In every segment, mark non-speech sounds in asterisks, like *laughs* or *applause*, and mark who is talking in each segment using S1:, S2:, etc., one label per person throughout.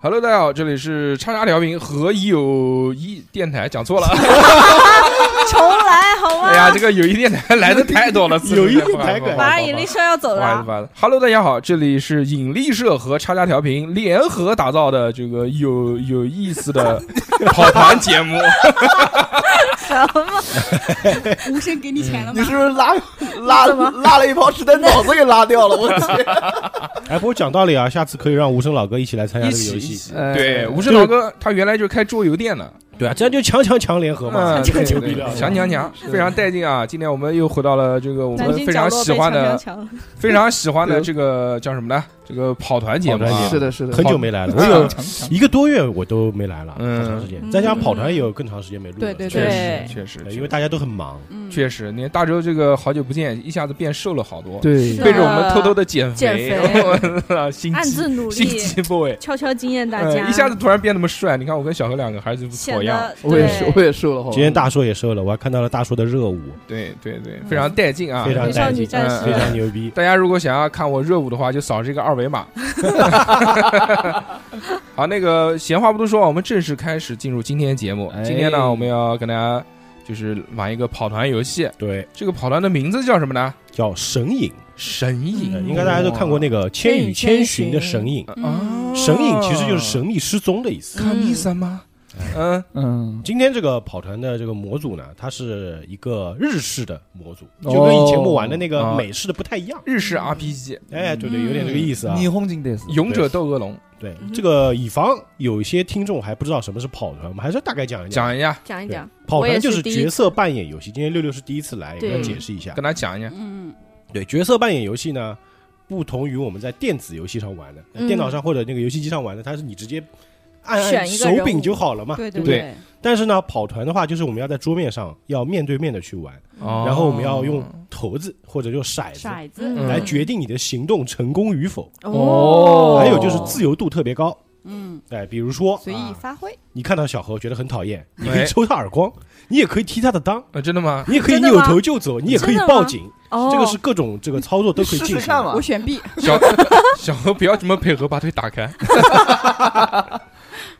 S1: Hello，大家好，这里是叉叉调频和友谊电台，讲错了。
S2: 重来好吗？
S1: 哎呀，这个友谊电台来的太多了，
S3: 友谊
S1: 次数
S3: 电台
S1: 不好意思
S3: 梗
S1: 不好意思不好意思
S2: 马上引力社要走
S1: 不好意思，
S4: 啊
S2: 了
S1: 不，好意思。Hello，大家好，这里是引力社和叉叉调频联合打造的这个有有意思的跑团节目。
S2: 什么？
S4: 无声给你钱了
S2: *laughs*
S3: 你
S4: 吗？
S3: 是不是拉拉
S2: 怎么
S3: 拉了一泡屎，但脑子给拉掉了？我去！
S5: *laughs* 哎，不过讲道理啊，下次可以让无声老哥一起来参哎加这个游戏。
S1: 呃
S3: 哎
S1: 对，
S5: 无
S1: 吴声老哥他原来就是开桌游店的，
S5: 对啊，这样就强强 *laughs* 强联合嘛
S1: 嗯，，
S3: 这个
S1: 对
S3: 牛
S1: 对
S3: 逼
S1: 对
S3: 了
S1: 强强强，非常带劲啊！今天我们又回到了这嗯个我
S2: 嗯
S4: 南
S1: 们
S4: 京
S1: 非
S4: 角
S1: 常
S4: 落
S1: 喜
S4: 被
S1: 欢
S4: 强
S1: 的
S4: 强、强，
S1: 非常喜欢的
S3: 对
S1: 这个叫什么呢？这个跑团节目
S5: 跑团
S1: 啊
S5: 节目
S3: 是的，是的
S5: 哎很，久没来了，我
S1: 嗯
S5: 有
S1: 强
S5: 一个多月我都没来了，
S1: 嗯
S5: 好长时间。
S4: 嗯
S5: 再加上跑团也有更长时间没录了，
S4: 对对
S5: 确实
S2: 对
S1: 确实，
S5: 对因为大家都很忙。
S4: 嗯，
S1: 确实，你看大周这个好久不见，一下子变瘦了好多，
S3: 对
S4: 是
S1: 背着我们偷偷的减
S2: 减
S1: 肥，
S2: 肥
S1: 啊心
S2: 暗
S1: 机
S2: 自努
S1: 心
S2: 力，
S1: 机 boy，
S2: 悄悄惊艳大
S1: 嗯
S2: 家，
S1: 一下子突然变那么帅，你看我跟小何两个还是不
S2: 显
S1: 错样，
S2: 得
S3: 我也是，我
S2: 对
S3: 也瘦了，
S1: 哦
S3: 好吧。
S5: 今天大硕也瘦了，我还看到了大硕的热舞，
S1: 对对对，
S2: 嗯
S1: 非常带劲啊！
S5: 非常
S2: 美少
S5: 带
S2: 女
S5: 劲，
S2: 战
S1: 嗯
S5: 非
S2: 士，
S5: 常牛逼。
S1: 大家如果想要看我热舞的话，就扫这个二维
S5: *laughs*
S1: 码。好，那个闲话不多说，我们正式开始进入今天的节目。
S3: 哎
S1: 今天呢，我们要跟大家就是玩一个跑团游戏，
S5: 对，
S1: 这个跑团的名字叫什么呢？
S5: 叫神隐，
S1: 神
S4: 嗯
S1: 隐，
S5: 呃应该大家都看过那个《千与千寻》的神隐。
S1: 啊
S4: 嗯，
S5: 神隐其实就是神秘失踪的意思。
S1: 卡米什吗？嗯，
S3: 嗯，
S5: 今天这个跑团的这个模组呢，它是一个日式的模组，
S2: 哦
S5: 就跟以前我玩的那
S2: 啊
S1: 哦
S5: 个美式的不太一样。
S1: 日式 RPG，
S5: 哎，对对，有点这个意思啊。
S2: 嗯
S3: 霓虹金得是
S1: 勇者斗恶龙，
S5: 对
S4: 嗯
S5: 这个，以防有一些听众还不知道什么是跑团，我们还是大概讲一
S1: 讲一下，
S2: 讲一讲，
S5: 跑
S2: 我也
S5: 团
S2: 是
S5: 就是
S2: 第一次
S5: 角色扮演游戏。今天六六是第一次来，也
S2: 对
S5: 要解释一下
S1: 跟。他讲一下。
S4: 嗯，
S5: 对，角色扮演游戏呢，不同于我们在电子游戏上玩的，
S2: 嗯
S5: 电脑上或者那个游戏机上玩的，它是你直接按按
S2: 选一个人
S5: 手
S2: 物
S5: 柄就好了嘛，
S4: 对
S5: 不
S4: 对，
S5: 但是呢，跑团的话，就是我们要在桌面上要面对面的去玩，
S1: 哦
S5: 嗯然后我们要用骰子或者用骰子
S4: 骰子
S2: 嗯
S5: 来决定你的行动成功与否，
S3: 哦
S5: 还有就是自由度特别高。
S4: 嗯，
S5: 哎，比如说
S4: 随
S1: 啊
S4: 意发挥，
S5: 你看到小何觉得很讨厌，你可
S1: 哎
S5: 以抽他耳光，你也可以踢他的裆，
S1: 呃，真的
S5: *laughs*
S1: 吗？
S5: 你也可以
S2: 真的吗
S5: 扭头就走，你也可以报警，
S2: 哦，
S5: 这个是各种这个操作都可以进
S3: 试试
S5: 行
S3: 看
S5: 的。
S3: 嘛
S4: 我。选 B，
S1: 小小何不要这么配合，把腿打开。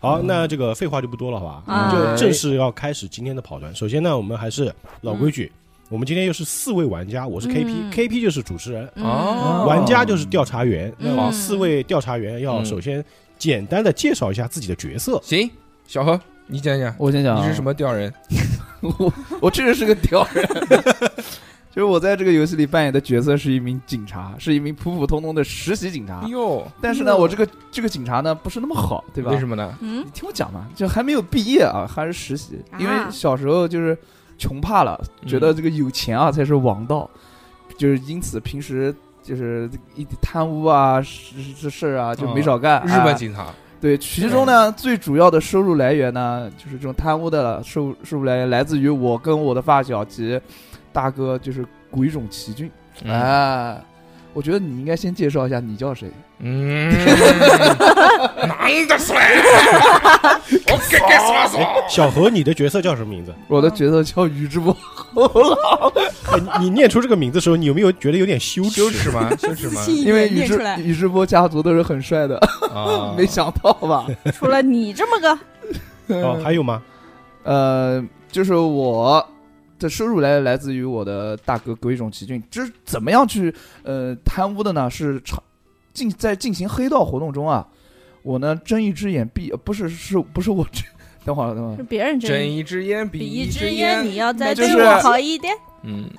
S5: 好，那这个废话就不多了，好吧？
S4: 啊
S5: 就正式要开始今天的跑团。首先呢，我们还是老规矩，我们今天又是四位玩家，我是 KP，KP、
S2: 嗯
S5: KP 就是主持人，
S1: 哦
S5: 玩家就是调查员。
S2: 嗯
S5: 那我们四位调查员要首先简单的介绍一下自己的角色。
S1: 行，小何，你讲讲，
S3: 我先讲啊，
S1: 你是什么吊人？
S3: 我我确实是个屌 *laughs* 人，就是我在这个游戏里扮演的角色是一名警察，是一名普普通通的实习警
S5: 啊哎
S3: 察。
S1: 哟，
S3: 但是呢，我这个这个警察呢不是那么好，对吧？
S1: 为什么呢？
S2: 嗯
S3: 你听我讲嘛，就还没有毕业啊，还是实习，因为小时候就是穷怕了，
S1: 嗯
S3: 觉得这个有钱啊才是王道，就是因此平时。就是一贪污啊，这这事儿啊，就没少干。
S1: 哦日
S3: 哎
S1: 本警察，
S3: 对，其中呢，最主要的收入来源呢，就是这种贪污的收收入来源来自于我跟我的发小及大哥，就是鬼冢奇骏。哎、
S1: 嗯
S3: 我觉得你应该先介绍一下你叫谁。
S1: *laughs* 嗯，男的帅，我给给说
S5: 哎，
S1: 说。
S5: 小何，你的角色叫什么名字？
S3: 我的角色叫宇智波 *laughs* 猴郎，
S5: 哎你你念出这个名字的时候，你有没有觉得有点羞耻？
S1: 哎羞耻吗？羞耻
S4: 自
S1: 吗？
S4: 信一
S3: 因为
S4: 点
S3: 宇
S4: 念出
S3: 智
S4: 来，
S3: 宇智波家族都是很帅的，
S1: 啊
S3: *laughs* 没想到吧？
S2: 除了你这么个，
S3: 嗯
S5: 哦，还有吗？
S3: 呃，就是我的收入来源来自于我的大哥鬼冢奇骏。这是怎么样去呃贪污的呢？是长进在进行黑道活动中啊，我呢睁一只眼闭呃不是是不是我睁，等会儿等会
S2: 是
S3: 儿，
S2: 别人
S1: 睁
S2: 真。
S1: 一只眼闭
S2: 比
S1: 嗯一
S2: 一
S1: 只
S2: 支烟，
S1: 眼。
S2: 你要再
S3: 就是
S2: 对我好一点。
S1: 嗯，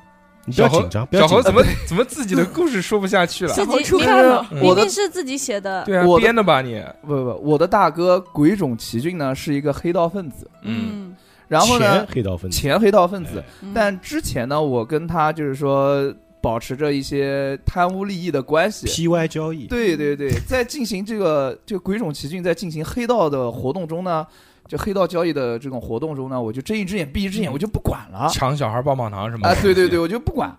S5: 你不要
S1: 小何
S5: 紧张，不要
S1: 小何
S5: 紧张哎
S1: 怎。么怎么自己的故事说不下
S4: *laughs*
S1: 去了？
S2: 自己
S4: 出
S2: 明
S4: 汗了，
S1: 嗯
S2: 明
S3: 我的
S2: 明是自己写的，
S1: 对啊，
S3: 我的
S1: 编的吧你？
S3: 不不不，我的大哥鬼冢奇骏呢是一个黑道分子，
S1: 嗯，
S4: 嗯，
S3: 然后
S5: 前
S3: 呢
S5: 黑道分子，
S3: 前黑道分子，
S5: 哎
S4: 嗯
S3: 但之前呢我跟他就是说保持着一些贪污利益的关系，
S5: ，PY 交易，
S3: 对对对，在进行这个这个鬼冢奇骏在进行黑道的活动中呢，就黑道交易的这种活动中呢，我就睁一只眼闭一
S5: 嗯
S3: 只眼，我就不管了
S1: 抢小孩棒棒糖什么
S3: 啊
S1: 的？！
S3: 对对对，我就不管。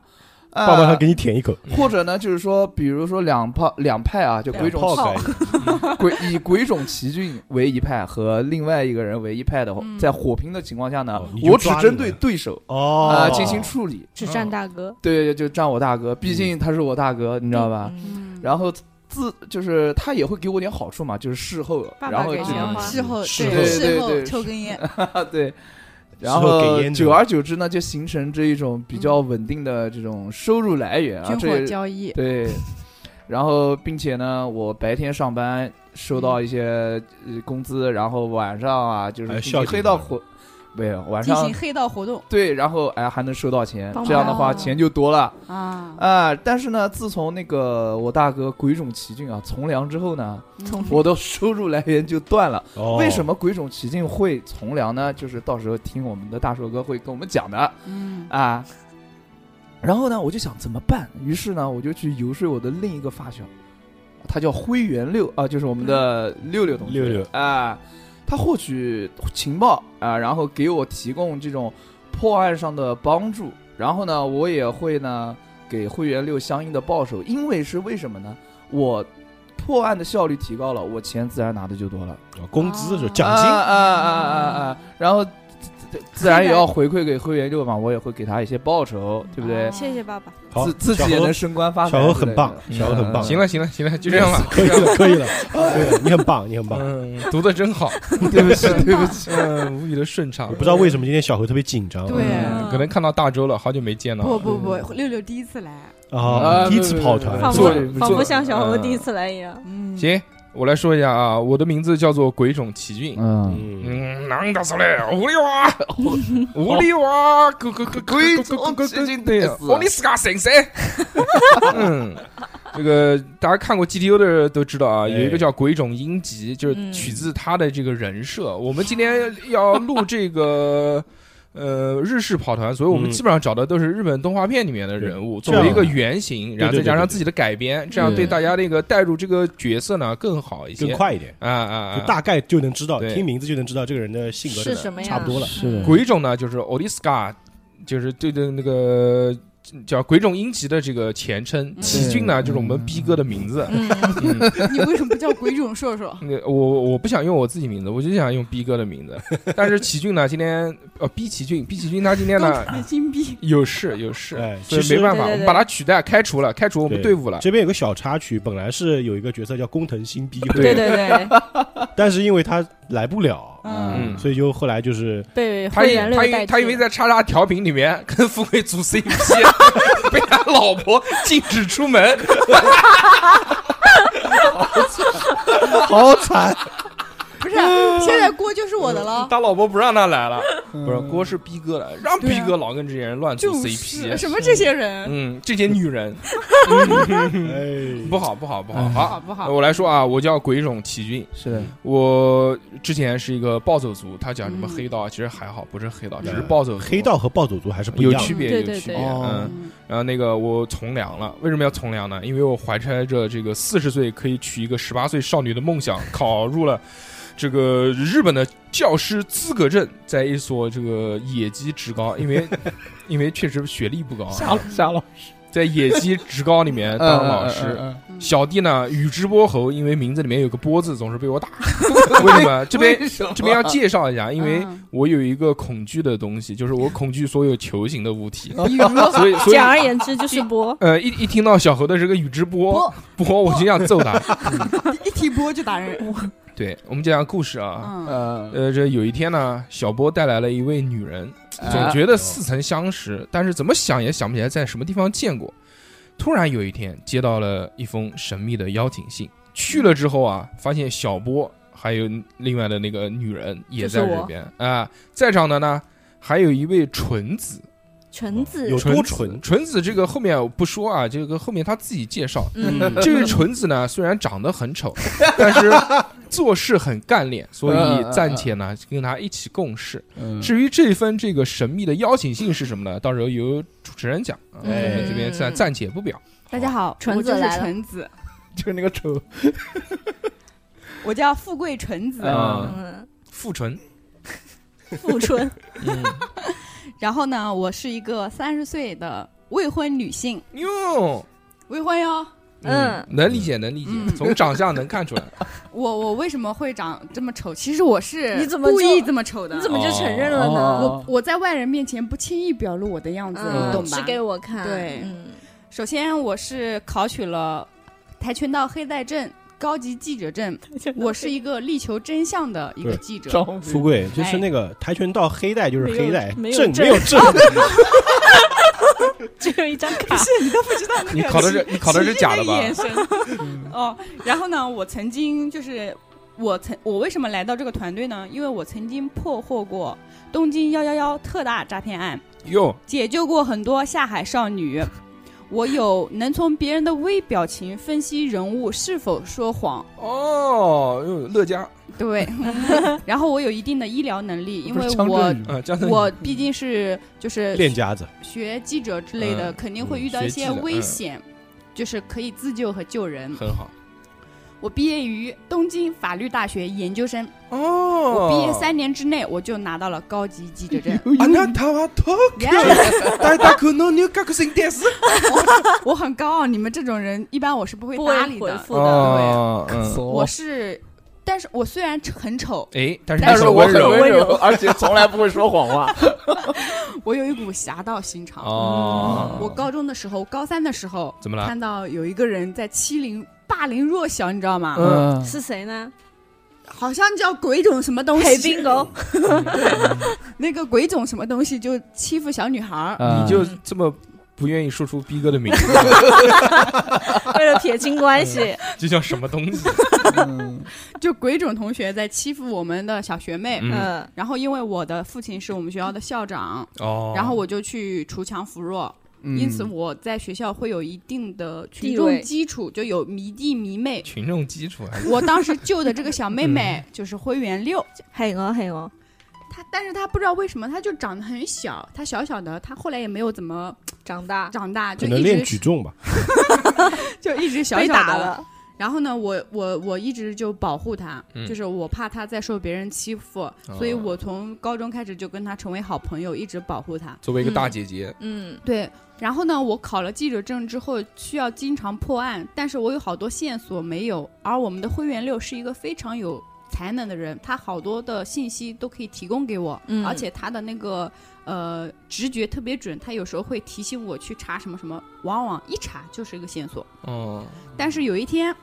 S3: 啊、
S5: 爸爸他给你舔一口，
S3: 或者呢，就是说，比如说两派两派啊，就鬼
S5: 两炮
S3: 冢
S5: 改
S3: 鬼以鬼冢奇骏为一派和另外一个人为一派的话，
S4: 嗯
S3: 在火拼的情况下呢，
S5: 哦你就
S3: 我只
S5: 抓
S3: 针
S5: 你
S3: 对
S5: 了
S3: 对手
S5: 哦
S3: 啊、进行处理。
S2: 只占大哥，
S5: 嗯
S3: 对，就站我大哥，毕竟他是我大哥，你知道吧？
S2: 嗯？
S4: 嗯，
S3: 然后自就是他也会给我点好处嘛，就是事后，
S2: 爸爸
S3: 然后
S2: 给
S3: 就
S2: 钱花
S4: 事后
S5: 事
S3: 后
S4: 对
S3: 对
S4: 事
S3: 对
S4: 后
S3: 对
S4: 抽根烟，
S3: 啊， *laughs* 对，
S5: 事
S3: 然
S5: 后
S3: 后
S5: 给烟
S3: 久
S5: 的
S3: 而久之呢，就形成这一种比较稳定的这种收入来源啊，
S4: 嗯军
S3: 这
S4: 火
S3: 也
S4: 交易，
S3: 对，然后并且呢，我白天上班收到一些呃工资，然后晚上啊就是
S5: 还
S3: 进
S5: 哎孝
S3: 行
S5: 敬
S3: 黑道
S5: 他们
S3: 活，没有晚
S4: 进
S3: 上
S4: 行黑道活动
S3: 对，然后哎还能收到钱
S2: 帮，
S3: 这样的话
S4: 忙
S3: 钱就多了
S4: 啊，
S3: 啊。但是呢，自从那个我大哥鬼冢奇骏啊从良之后呢，
S2: 嗯
S4: 从
S3: 我的收入来源就断了。
S5: 哦
S3: 为什么鬼冢奇境会从良呢？就是到时候听我们的大硕哥会跟我们讲的
S4: 嗯
S3: 啊。然后呢，我就想怎么办？于是呢，我就去游说我的另一个发小，他叫灰原六啊，就是我们的六六同学
S5: 六六
S3: 啊。他获取情报啊，然后给我提供这种破案上的帮助。然后呢，我也会呢给灰原六相应的报酬，因为是为什么呢？我破案的效率提高了，我钱自然拿的就多了。
S5: 哦工资是奖
S3: 啊
S5: 金？
S3: 啊啊啊啊！然后自自自然也要回馈给会员六嘛，我也会给他一些报酬，对不对
S4: 啊？
S2: 谢谢爸爸。
S5: 哦好，
S3: 自自
S5: 小
S3: 己也
S5: 何
S3: 能升官发财之
S5: 小
S3: 类
S5: 何
S3: 的。
S5: 很棒，
S3: 嗯
S5: 小何很棒。啊
S1: 行了，行了行了，就这样吧，
S5: 可以
S3: *laughs*
S5: 了，可以了，可以了，你很棒，你很棒。
S1: *laughs* 嗯，读的真好，
S3: 对不起，对不起。
S1: 嗯，无比的顺畅。
S5: 我不知道为什么今天小何特别紧张，
S4: 对
S1: 嗯可能看到大周了，好久没见了。啊
S4: 不不
S2: 嗯
S4: 不，六六第一次来，
S5: 啊，
S3: 啊
S5: 第一次跑
S3: 对
S5: 团
S2: 仿，
S3: 做
S2: 佛
S3: 了
S2: 仿
S3: 做
S2: 佛
S3: 了
S2: 像小猴
S1: 嗯
S2: 第一次来一样。
S4: 嗯，
S1: 行，我来说一下啊，我的名字叫做鬼冢奇骏。
S3: 嗯，
S5: 嗯，
S1: 嗯，なんだそれ、俺
S5: 啊
S1: *laughs* は、俺は、ここここ
S3: 鬼冢
S1: こここ
S3: 奇骏
S1: 对
S3: です
S5: 哦
S1: 我你是个神仙。啊 *laughs* 嗯，这个大家看过 GTO 的都知道啊，
S5: 哎
S1: 有一个叫鬼冢英吉，就是
S2: 嗯
S1: 取自他的这个人
S5: *laughs*
S1: 设。我们今天要录这个。呃，日式跑团，所以我们
S5: 嗯
S1: 基本上找的都是日本动画片里面的人物，
S5: 这
S1: 作为
S5: 样
S1: 一个原型，然后
S5: 对
S1: 再
S5: 对对
S1: 加上
S5: 对对
S1: 自己的改编，这样对
S2: 嗯
S1: 大家那个带入这个角色呢更好一些，
S5: 更快一点，
S1: 啊啊啊！
S5: 就大概就能知道，
S1: 对
S5: 听名字就能知道这个人的性格
S2: 是什么呀
S5: 差不多了。
S3: 是
S2: 嗯
S4: 的
S1: 鬼冢呢，就是 Oliska，就是对对那个叫鬼冢英吉的这个前称，
S4: 嗯
S1: 奇骏呢就是我们逼哥的名字。
S4: 嗯，
S1: 嗯，
S4: 你为什么不叫鬼冢硕硕？
S1: *laughs* 那我我不想用我自己名字，我就想用逼哥的名字。但是奇骏呢，今天呃逼奇骏，逼奇骏他今天呢
S4: 都是金币，
S1: 有事有事
S5: 哎，
S1: 所以
S5: 其实
S1: 没办法，
S2: 对对对
S1: 我们把他取代开除了，开除我们
S5: 对
S1: 队伍了。
S5: 这边有个小插曲，本来是有一个角色叫工藤新逼， *laughs*
S2: 对对对，
S5: 但是因为他来不了，
S1: 嗯
S4: 嗯，
S5: 所以就后来就是
S2: 被
S1: 他
S2: 会
S1: 以
S2: 员
S1: 他
S2: 六
S1: 以
S2: 代替
S1: 他因为在叉叉调频里面跟富贵组 CP，被 *laughs* 他老婆禁止出门，
S5: 好惨，
S4: 不是，嗯现在锅就是我的了，
S1: 他老婆不让他来了。
S5: 嗯
S1: 不是锅是逼哥的，让
S5: 啊
S1: 逼哥老跟这些人乱组
S4: 就
S1: CP，、
S4: 是什么这些人，
S1: 嗯，这些女人
S5: 哎，
S1: 嗯不好，不好，不好，
S3: 嗯
S1: 好。
S4: 好不
S1: 那
S4: 好？
S1: 我来说啊，我叫鬼冢奇骏，
S3: 是的，
S1: 我之前是一个暴走族，他讲什么
S4: 嗯
S1: 黑道，其实还好，不是黑道，
S5: 嗯
S1: 只是暴走族
S5: 黑道和暴走族还是不一
S1: 有
S5: 样
S1: 区
S5: 的。
S1: 别，
S2: 对
S1: 有
S2: 对
S1: 区别，
S2: 对
S3: 哦
S1: 嗯。
S4: 嗯
S1: 然后那个我从良了，为什么要从良呢？因为我怀揣着这个四十岁可以娶一个十八岁少女的梦想，考入了这个日本的教师资格证，在一所这个野鸡职高，因为因为确实学历不高啊，
S3: 瞎了，
S1: 在野鸡职高里面当老师。
S3: 嗯，
S4: 嗯
S1: 小弟呢，宇智波猴，因为名字里面有个波字，总是被我打。为什么？这边这边要介绍一下，因为
S4: 嗯
S1: 我有一个恐惧的东西，就是我恐惧所有球形的物体，
S4: 比如说
S1: 所以所以。
S2: 简而言之就是播
S1: 呃，一一听到小何的这个宇智波 *laughs* 波，我就想揍他。
S4: 一提波就打人，
S1: *laughs* 对，我们讲讲故事啊。
S4: 嗯，
S3: 呃，
S1: 呃，这有一天呢，小波带来了一位女人，
S3: 哎
S1: 总觉得似曾相识，但是怎么想也想不起来在什么地方见过。突然有一天，接到了一封神秘的邀请信，去了之后啊，发现小波还有另外的那个女人也在这边啊、在场的呢还有一位纯子，
S2: 橙子
S5: 有，多
S1: 纯
S5: 纯？
S1: 纯子这个后面我不说啊，这个后面他自己介绍。
S2: 嗯，
S1: *laughs* 这位纯子呢，虽然长得很丑，但是做事很干练，所以暂且呢跟他一起共事。
S3: 嗯
S1: 至于这份这个神秘的邀请信是什么呢？到时候由主持人讲，啊，我
S4: 嗯
S1: 们这边暂暂且不 *laughs* 表。
S4: 大家好，
S2: 纯
S4: 我
S2: 子
S4: 就是
S2: 来了
S4: 纯子，
S3: 就是那个丑，
S4: 我叫富贵纯
S1: 啊
S4: 子，
S3: 嗯
S2: 嗯，
S1: 傅纯，
S2: 富春，
S1: 嗯，
S4: 然后呢，我是一个三十岁的未婚女性，
S1: 哟，
S4: 未婚哟。
S1: 嗯
S2: 嗯，
S1: 能理解，能理解，
S4: 嗯
S1: *laughs* 从长相能看出来。
S4: 我我为什么会长这么丑？其实我是
S2: 你怎么就
S4: 故意这么丑的？
S2: 你怎么就承认
S3: 哦
S2: 了呢？
S4: 我我在外人面前不轻易表露我的样子，
S2: 嗯
S4: 你懂吧？
S2: 指给我看，
S4: 对
S2: 嗯
S4: 首先，我是考取了跆拳道黑带证、高级记者证， *laughs* 我是一个力求真相的一个
S5: 对
S4: 记者。
S3: 张
S5: 富贵就是那个跆拳道黑带，就是黑带
S2: 哎没有
S5: 正
S2: 没
S5: 没
S2: 有
S5: 有正，
S2: *laughs* 只有一张卡，
S1: 你考
S4: *laughs*
S1: 的是你考的是假的吧？
S4: 眼神
S1: *laughs*
S4: 哦，然后呢，我曾经就是我曾我为什么来到这个团队呢？因为我曾经破获过东京幺幺幺特大诈骗案，
S1: 哟，
S4: 解救过很多下海
S1: *laughs*
S4: 少女。我有能从别人的微表情分析人物是否说谎，
S1: 哦，哟，乐嘉，
S4: 对。 *laughs* 然后我有一定的医疗能力，因
S3: 不
S1: *laughs*
S4: 为
S3: 是张
S4: 我
S3: 振宇吗
S1: 嗯，江森，
S4: 我毕竟是就是
S5: 练家
S2: *laughs*
S5: 子，
S4: 学记者之类的，
S1: 嗯
S4: 肯定会遇到一些危险，就是可以自救和救人。
S1: 很好。
S4: 我毕业于东京法律大学研究生，
S1: 哦，
S4: 我毕业三年之内我就拿到了高级记者
S1: *laughs*
S4: 证。
S1: 啊，那他娃托，
S4: Yeah，
S1: 大大可能你搞个新电视。
S4: 我很高傲，你们这种人一般我是不会
S2: 不
S4: 搭
S2: 会
S4: 理
S2: 回
S4: 的。
S2: 复的。
S1: 哦，嗯，
S4: 我是，但是我虽然很丑，
S1: 哎，但是
S3: 但
S1: 你
S3: 是
S1: 很
S3: 我
S1: 温
S3: 很
S1: 柔
S3: 温柔，而且从来不会说谎话。
S4: 我有一股侠盗心肠。
S1: 哦，
S4: 嗯
S1: 啊
S4: 我高中的时候，高三的时候，
S1: 怎么了？
S4: 看到有一个人在欺凌、霸凌弱小，你知道吗？
S1: 嗯
S2: 是谁呢？
S4: 好像叫鬼冢什么东
S2: 裴
S4: 西，
S2: 冰 *laughs* 狗，
S4: 那个鬼冢什么东西就欺负小女孩儿。
S3: 嗯
S1: 你就这么不愿意说出逼哥的名字， *laughs*
S2: 为了撇清关系，
S1: 这叫什么东西？
S3: 嗯
S4: 就鬼冢同学在欺负我们的小学妹。
S1: 嗯，
S2: 嗯，
S4: 然后因为我的父亲是我们学校的校长，
S1: 哦，
S4: 然后我就去锄强扶弱，
S3: 嗯
S4: 因此我在学校会有一定的群
S2: 地
S4: 众
S2: 位
S4: 基础，就有迷弟迷
S1: *laughs*
S4: 妹。
S1: 群众基础还是
S4: 我当时救的这个小妹妹就是灰原六，
S2: 嘿哦嘿哦，
S4: 她但是她不知道为什么她就长得很小，她小小的，她后来也没有怎么
S2: 长大
S4: 长大，就
S5: 可能练
S4: 一
S5: 举
S4: 直
S2: *laughs*
S5: 重吧。
S4: *laughs* 就一直小
S2: 被
S4: 小
S2: 打
S4: 的。
S2: 了，
S4: 然后呢，我我我一直就保护她，
S1: 嗯
S4: 就是我怕她再受别人欺负，所以我从高中开始就跟她成为好朋友，一直保护她。
S1: 作为一个大姐姐，
S2: 嗯，
S4: 对，然后呢，我考了记者证之后，需要经常破案，但是我有好多线索没有。而我们的灰原六是一个非常有才能的人，他好多的信息都可以提供给我，
S2: 嗯
S4: 而且他的那个呃直觉特别准，他有时候会提醒我去查什么什么，往往一查就是一个线索。
S1: 哦，
S4: 但是有一天，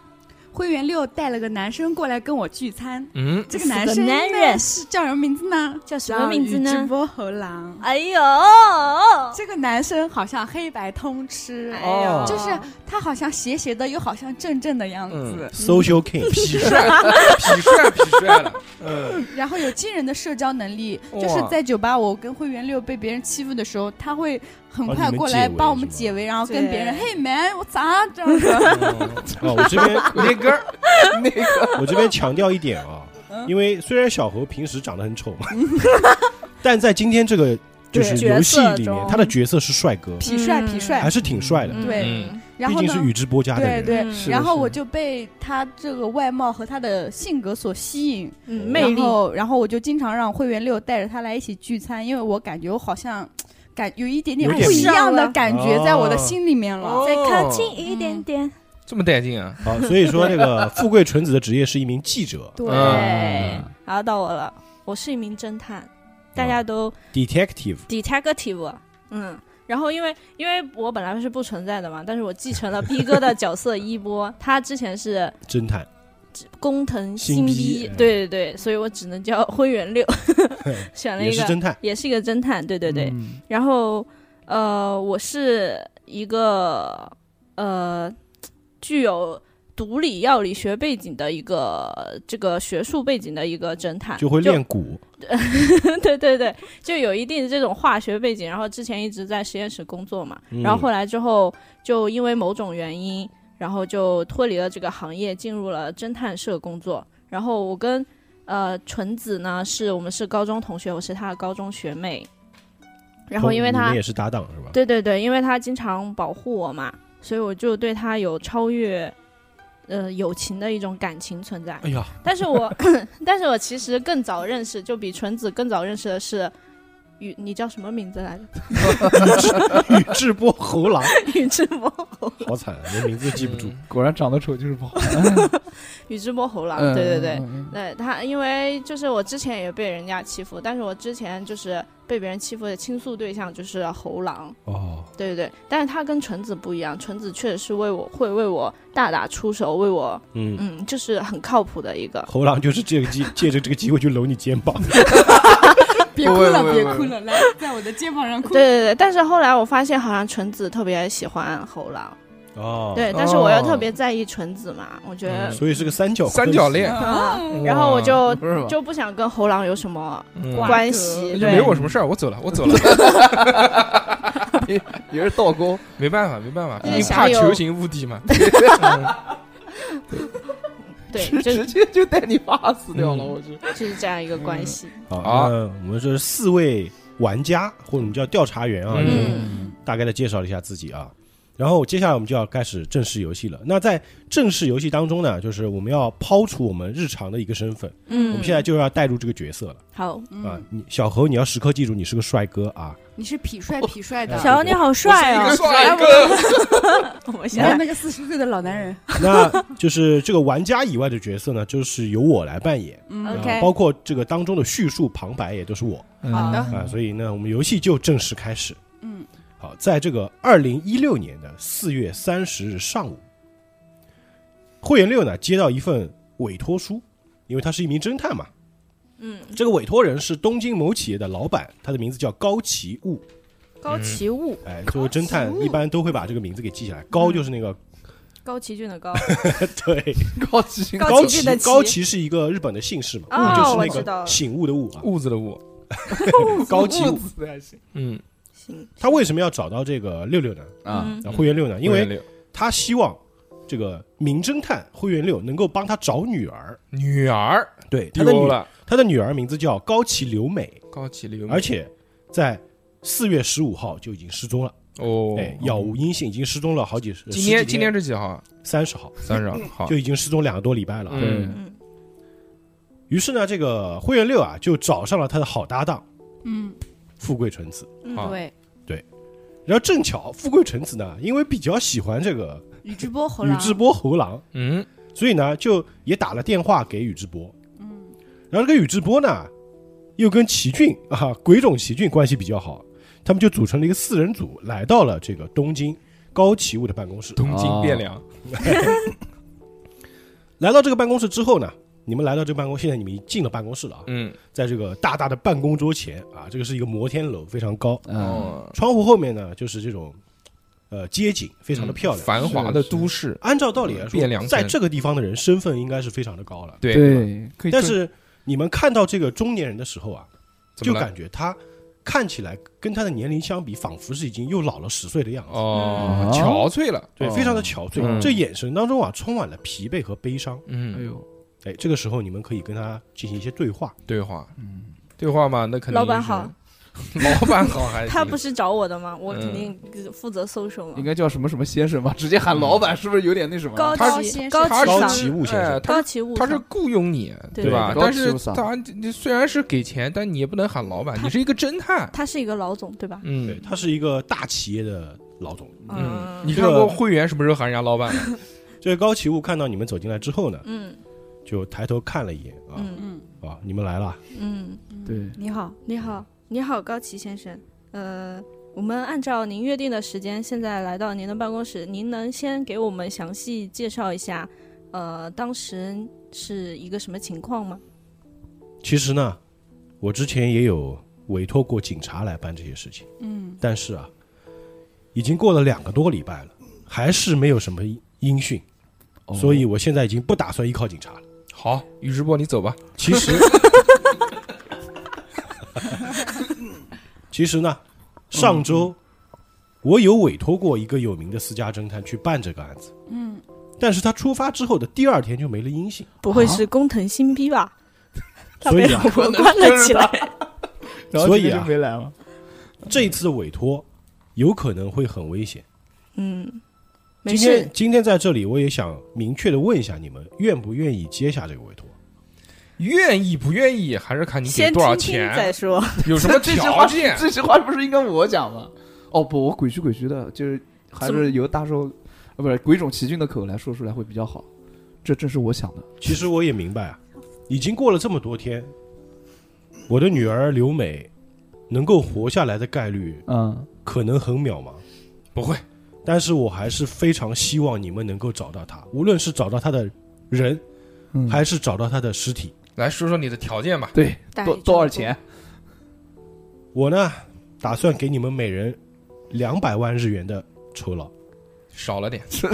S4: 灰原六带了个男生过来跟我聚餐，
S1: 嗯，
S4: 这个
S2: 是
S4: 男
S2: 个
S4: 生
S2: 男
S4: 呢
S2: 人
S4: 是叫什么名字呢？
S2: 叫什么名字
S4: 叫宇智
S2: 呢？
S4: 波猴郎。
S2: 哎呦，
S4: 这个男生好像黑白通吃，
S2: 哎
S1: 哦
S2: 呦，
S4: 就是他好像斜斜的，又好像正正的样嗯子，
S5: Social King，
S1: 嗯
S5: *laughs*
S1: 痞帅，痞帅，痞帅了，嗯，
S4: 然后有惊人的社交能力。
S1: 哇
S4: 就是在酒吧，我跟会员六被别人欺负的时候，他会很
S5: 帮
S4: 快
S5: 你们
S4: 过来
S5: 解围
S4: 帮我们
S5: 是吗
S4: 解围，然后跟
S2: 对
S4: 别人嘿 man，我咋这样子？
S1: 嗯
S5: 哦，我这边
S1: 那个
S2: *laughs*
S3: 那 *laughs* 个
S5: 我这边强调一点啊，
S2: 嗯
S5: 因为虽然小猴平时长得很丑
S2: *laughs*
S5: 嘛，但在今天这个就是游戏
S2: 角色
S5: 里面
S2: 中，
S5: 他的角色是帅哥，
S4: 痞帅
S2: 嗯
S4: 痞帅
S5: 还，是挺帅的，
S2: 嗯
S4: 对。
S1: 嗯
S4: 然
S5: 毕
S4: 后
S5: 竟
S4: 呢
S5: 是？宇智波家的
S4: 对
S5: 人。
S4: 对
S2: 嗯是，
S3: 的
S4: 然后
S3: 是的
S4: 我就被他这个外貌和他的性格所吸引，
S2: 嗯，
S4: 然
S2: 魅力，
S4: 后，然后我就经常让会员六带着他来一起聚餐，因为我感觉我好像感有一点点
S5: 有点
S4: 不一样
S2: 迷上
S4: 的
S2: 了
S4: 感觉在我的心里面了。
S1: 哦
S2: 再靠近一点点，
S1: 这么带劲啊，
S5: 好，所以说那个富贵纯子的职业是一名
S2: *laughs*
S5: 记者
S4: 对、
S1: 嗯
S2: 然后到我了，我是一名侦探，大家都
S5: ，detective。
S2: detective，嗯，然后因为因为我本来是不存在的嘛，但是我继承了 B 哥的角色一波，他之前是
S5: 侦探，
S2: 工藤
S5: 新
S2: 新
S5: 逼
S2: 逼
S5: 嗯，
S2: 对对对，所以我只能叫灰原
S5: *laughs*
S2: 六， *laughs* 选了
S5: 也
S2: 一
S5: 是
S2: 个
S5: 侦探，
S2: 也是一个侦探，对对对，
S3: 嗯
S2: 然后呃，我是一个呃具有毒理药理学背景的一个这个学术背景的一个侦探，
S5: 就会练鼓，
S2: 对对对，就有一定这种化学背景，然后之前一直在实验室工作嘛，
S5: 嗯
S2: 然后后来之后就因为某种原因，然后就脱离了这个行业，进入了侦探社工作。然后我跟呃纯子呢，是我们是高中同学，我是她的高中学妹。然后因为
S5: 哦你
S2: 她
S5: 们也是搭档是吧？
S2: 对对对，因为她经常保护我嘛，所以我就对她有超越呃友情的一种感情存在。
S5: 哎呀， *laughs*
S2: 但是我，但是我其实更早认识，就比纯子更早认识的是，宇，你叫什么名字来着？ *laughs*
S5: 宇智波猴郎，
S2: 宇智波猴，
S5: 好惨，啊连名字都记不住。
S1: 嗯
S3: 果然长得丑就是不好。
S2: 宇智波猴郎，
S3: 嗯
S2: 对对对，，
S3: 嗯
S2: 对他，因为就是我之前也被人家欺负，但是我之前就是被别人欺负的倾诉对象就是猴狼，
S5: 哦，
S2: 对对对，但是他跟橙子不一样，橙子确实是为我会为我大打出手，为我
S5: 嗯，
S2: 嗯就是很靠谱的一个，
S5: 猴郎就是借个机借着这个机会去揉你肩
S2: *laughs*
S5: 膀，
S4: 别
S3: 不
S4: 哭
S3: 会
S4: 了，
S3: 不会
S4: 别
S3: 不会
S4: 哭了，来，在我的肩膀上哭
S2: 对。对对，但是后来我发现好像橙子特别喜欢猴狼，
S5: 哦，
S2: 对，但是我又
S3: 哦
S2: 特别在意橙子嘛，我觉得
S1: 嗯哦
S5: 所以是个三角
S1: 三角恋，
S2: 啊，然
S1: 哇
S2: 后我就
S3: 不是吧？
S2: 就不想跟猴狼有什么
S1: 嗯
S4: 哇
S2: 关
S4: 那
S2: 系，
S1: 那
S4: 就
S1: 就没
S2: 对。
S1: 我什么事儿，我走了，我走了，
S3: 也是倒钩，
S1: 没办法，没办法，
S2: 就
S1: 毕
S2: 是
S1: 竟
S2: 想
S1: 怕
S2: 有
S1: 球形物体嘛。
S2: 对，
S3: 直
S2: 就
S3: 直接就带你爸死掉了，
S1: 嗯
S3: 我去。
S2: 就是这样一个关系。
S5: 好，
S1: 好
S5: 啊那我们这四位玩家或者我们叫调查员啊，
S1: 嗯
S5: 大概的介绍了一下自己啊。然后接下来我们就要开始正式游戏了。那在正式游戏当中呢，就是我们要抛除我们日常的一个身份，
S2: 嗯，
S5: 我们现在就要带入这个角色了
S2: 好，
S5: 啊
S4: 嗯，。
S5: 你小何，你要时刻记住你是个帅哥啊，
S4: 你是痞帅痞帅的，
S5: 嗯
S6: 小欧你好帅
S1: 一
S6: 啊
S2: 哦
S1: 个！帅哥， *laughs*
S2: *laughs* 我们
S4: 你
S2: 现
S4: 看
S2: 在
S4: 那个四十岁的老男人，
S5: 那就是这个玩家以外的角色呢，就是由我来扮演，
S4: 嗯
S6: OK
S5: 啊包括这个当中的叙述旁白也都是我
S4: 好的
S5: 啊。所以呢，我们游戏就正式开始。
S4: 嗯，
S5: 好，在这个二零一六年的四月三十日上午，会员六呢接到一份委托书，因为他是一名侦探嘛。
S2: 嗯，
S5: 这个委托人是东京某企业的老板，他的名字叫高崎悟。
S6: 高崎物，
S5: 哎，作为侦探
S4: 高崎，悟
S5: 一般都会把这个名字给记下来。高就是那个、 *laughs*
S2: 高崎骏的高
S5: 对，
S3: 高级
S6: 高
S5: 高
S6: 崎
S5: 崎
S6: 骏的
S5: 高崎是一个日本的姓氏嘛，
S2: 哦
S5: 悟
S2: 我
S5: 就是
S2: 知
S5: 那
S2: 道
S5: 个
S2: 了
S5: 醒悟的悟啊。
S1: 痦子的痦，
S5: 高崎悟，
S3: 子还行
S1: 嗯，
S2: 行
S5: *laughs* 他为什么要找到这个六六呢？
S3: 啊，
S2: 嗯
S5: 啊，会员六呢？因
S1: 五
S5: 为
S1: 点六
S5: 他希望这个名侦探会员六能够帮他找女儿。
S1: 女儿
S5: 对，他的
S1: 丢
S5: 女
S1: 了，
S5: 他的女儿名字叫高崎留美，
S1: 高崎留美，
S5: 而且在四月十五号就已经失踪了。
S1: 哦，
S5: 哎，杳无音信，已经失踪了好几十。
S1: 今天今天是几号啊？
S5: 三十号
S1: 三十号，好
S5: 嗯就，已经失踪两个多礼拜了啊。
S1: 嗯
S2: 嗯
S5: 于是呢，这个灰原六啊就找上了他的好搭档
S4: 嗯，
S5: 富贵纯子。
S1: 好
S2: 嗯，
S4: 对，
S5: 然后正巧富贵纯子呢，因为比较喜欢这个
S4: 宇智波猴
S5: 宇
S4: 狼，
S5: 智波猴郎，
S1: 嗯，
S5: 所以呢就也打了电话给宇智波。
S4: 嗯，
S5: 然后这个宇智波呢，又跟奇骏啊鬼冢奇骏关系比较好，他们就组成了一个四人组，来到了这个东京高崎务的办公室。
S1: 东京汴梁，
S5: 来到这个办公室之后呢，你们来到这个办公，现在你们已经进了办公室了啊，
S1: 嗯，
S5: 在这个大大的办公桌前啊，这个是一个摩天楼，非常高，
S3: 哦，
S1: 哦，
S5: 窗户后面呢就是这种呃街景，非常的漂亮。
S1: 繁华的都市，
S5: 按照道理来
S1: 汴梁城
S5: 说，在这个地方的人身份应该是非常的高了，
S1: 对，
S3: 对，可以
S5: 但是你们看到这个中年人的时候啊，
S1: 怎
S5: 就
S1: 么了
S5: 感觉他看起来跟他的年龄相比，仿佛是已经又老了十岁的样子，
S1: 哦
S3: 嗯，
S1: 憔悴了，
S5: 对，非常的憔悴。
S1: 嗯
S5: 这眼神当中啊，充满了疲惫和悲伤。
S3: 哎
S1: 嗯，
S3: 呦，
S5: 哎，这个时候你们可以跟他进行一些对话。
S1: 对话，
S3: 嗯，
S1: 对话嘛，那肯定
S2: 老板
S1: 是
S2: 好，
S1: *laughs* 老板好还
S2: 他
S1: 哎行嗯
S2: 不是找我的吗？我肯定负责搜索
S3: 应
S2: 嘛。
S3: 该叫什么什么先生吧？直接喊老板是不是有点那什么？啊
S2: 高
S1: 他
S2: 崎
S4: 是
S2: 高
S1: 他
S2: 崎
S5: 高
S1: 是
S5: 崎
S2: 上
S5: 务先
S1: 哎
S5: 生，
S1: 他
S2: 高
S1: 是
S2: 崎务
S1: 他是
S2: 上
S1: 雇佣你，
S2: 对
S1: 对吧？
S3: 对
S1: 但是
S3: 高级无
S1: 他你你虽然是给钱，但你也不能喊老板，
S2: 他
S1: 你是一个侦探，
S2: 他是一个老总对吧？
S5: 对，
S1: 嗯。
S5: 他是一个大企业的老总。
S1: 嗯
S2: 嗯，
S1: 你
S5: 这
S1: 看过
S5: 个
S1: 会员什么时候喊人家老板吗？
S5: 这个高崎务看到你们走进来之后呢，
S2: 嗯
S5: 就抬头看了一眼啊
S2: 嗯
S4: 嗯
S5: 啊，你们来了，
S2: 嗯，
S3: 对，
S4: 你好，
S2: 你好，你好，高崎先生。呃，我们按照您约定的时间，现在来到您的办公室。您能先给我们详细介绍一下，呃，当时是一个什么情况吗？
S5: 其实呢，我之前也有委托过警察来办这些事情，
S4: 嗯
S5: 但是啊，已经过了两个多礼拜了，还是没有什么音讯，
S2: 哦
S3: 哦
S5: 所以我现在已经不打算依靠警察了。
S1: 好，宇智波，你走吧。
S5: 其实，其实呢，上周
S2: 嗯
S5: 我有委托过一个有名的私家侦探去办这个案子，
S4: 嗯，
S5: 但是他出发之后的第二天就没了音信，
S2: 不
S3: 会
S2: 会
S3: 是
S2: 是工藤新逼吧？他
S5: 所
S2: 被
S5: 以
S2: 我
S5: 啊，
S2: 关了起来。
S3: 然后
S5: 所以
S3: 今天
S5: 啊
S3: 就没来了。
S5: 这一次的委托有可能会很危险。
S2: 嗯，没
S5: 今
S2: 事
S5: 天，今天在这里，我也想明确的问一下你们，愿不愿意接下这个委托？
S1: 愿意不愿意还是看你给
S6: 先
S1: 多少
S6: 听听再
S1: 钱，
S6: 说。
S1: *laughs* 有什么
S3: *laughs* 这句话
S1: 条件。
S3: 这句话不是应该我讲吗？哦不，我鬼虚鬼虚的，就是还是由大寿，呃，不是鬼冢奇骏的口来说出来会比较好。这正是我想的。
S5: 其实我也明白啊，已经过了这么多天，我的女儿刘美能够活下来的概率
S3: 嗯，
S5: 可能很渺茫，
S1: 不会，
S5: 但是我还是非常希望你们能够找到她，无论是找到她的人，
S3: 嗯
S5: 还是找到她的尸体。
S1: 来说说你的条件吧。
S3: 对，
S6: 大
S3: 多
S6: 于
S3: 多少
S6: 这么
S3: 钱？
S5: 我呢，打算给你们每人两百万日元的酬劳。
S1: 少了点，
S6: 多？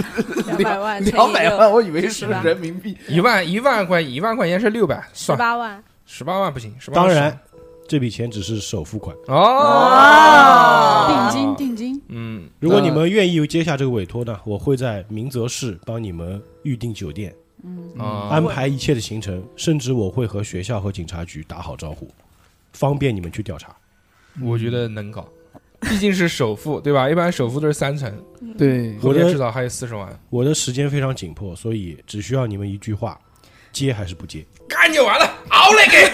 S6: 两百万，
S3: 两百，万，我以为是
S6: 是吧
S3: 人民币。
S1: 一万一万块一万块钱是六百，
S6: 十
S1: 算
S6: 八万，
S1: 十八万不行，十八
S5: 当然，这笔钱只是首付款。
S1: 哦，
S4: 定金，定金。
S1: 嗯，
S5: 如果你们愿意接下这个委托呢，我会在明泽市帮你们预订酒店，
S1: 啊
S5: 安排一切的行程，甚至我会和学校和警察局打好招呼，方便你们去调查。
S1: 我觉得能搞，毕竟是首付对吧？一般首付都是三成，
S3: 对
S1: 后
S5: 我
S1: 面
S5: 的
S1: 至少还有四十万，
S5: 我的时间非常紧迫，所以只需要你们一句话：接还是不接？
S1: 干就完了，熬了给。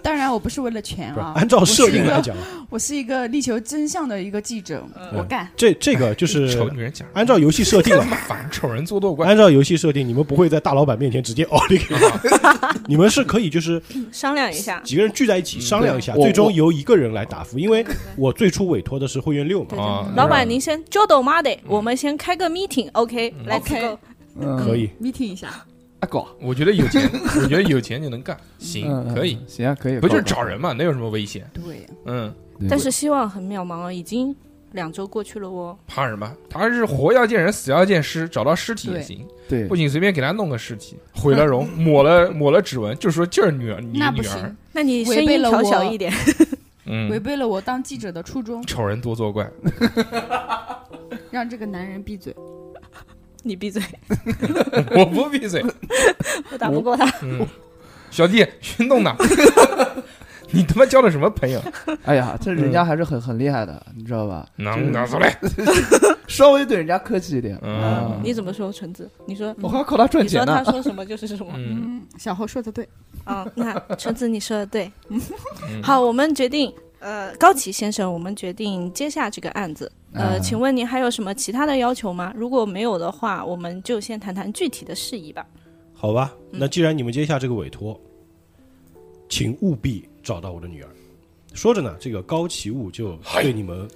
S4: 当然，我不是为了钱
S5: 不是，
S4: 啊，
S5: 按照设定来
S4: 我是一个
S5: 讲，嗯
S4: 我是一个力求真相的一个记者，我干。
S5: 这这个
S1: *laughs*
S5: 就
S1: 丑
S5: 是
S1: 女人
S5: *laughs*
S1: 讲，
S5: 按照游戏设定了。
S1: 烦，丑人作多 *laughs*
S5: *laughs*
S1: 怪。啊
S5: 按照游戏设定，你们不会在大老板面前直接哦，那个，你们是可以就是
S6: 商量一下。
S5: 几个人聚在一起商量一下，
S3: 对我
S5: 最终由一个人来答复。因为我最初委托的是会员六
S3: 嗯
S5: 嘛，
S1: 啊，
S6: 老板，您先交到妈的，我们先开个 meeting，OK，来
S4: OK
S6: 这个
S3: 嗯
S5: 可以。
S4: meeting 一下，
S3: 啊搞，
S1: 我觉得有钱，我觉得有钱就能干，行，
S3: 嗯
S1: 可以，，
S3: 嗯行啊，可以，
S1: 不就是
S3: 搞
S1: 找人嘛，能有什么危险？
S4: 对，
S1: 嗯，
S3: 对
S2: 但是希望很渺茫，哦，已经两周过去了哦。
S1: 怕什么？他是活要见人，死要见尸，找到尸体也
S4: 对嗯
S1: 行，
S3: 对
S1: 不行随便给他弄个尸体，毁了容，抹了抹了指纹，就说就是女儿，你
S4: 那不
S1: 女儿
S4: 行，，
S2: 那你声
S4: 违背
S2: 音
S4: 了
S2: 调
S4: 我
S2: 小一点， *laughs*
S4: 违
S1: 嗯，
S4: 背了我当记者的初衷，
S1: 丑人多作怪。 *laughs*
S4: 让这个男人闭嘴。
S6: 你闭嘴，
S1: 我不闭
S4: *laughs*
S1: 嘴，
S6: 我打不过他。
S1: 嗯，小弟去弄他， *laughs* 你他妈交的什么
S4: *laughs*
S1: 朋友？
S3: 哎呀，这人家还是很很厉害的，你知道吧？
S1: 能拿出来？
S3: 稍微对人家客气一点。
S1: 嗯
S3: 啊
S6: 你怎么说，橙子？你说，
S1: 哦
S3: 我还要靠他
S2: 嗯
S3: 赚
S6: 你说
S3: 钱
S6: 他
S3: 呢。
S6: 说什么就是什么。
S1: 嗯，
S4: 嗯，小侯说的对，
S6: 啊，那
S2: 橙子你说的对。
S1: 嗯，
S2: 好，我们决定，呃，高启先生，我们决定接下这个案子。呃，
S3: 嗯
S2: 请问您还有什么其他的要求吗？如果没有的话，我们就先谈谈具体的事宜吧。
S5: 好吧？那既然你们接下这个委托，请务必找到我的女儿。说着呢，这个高崎务就对你们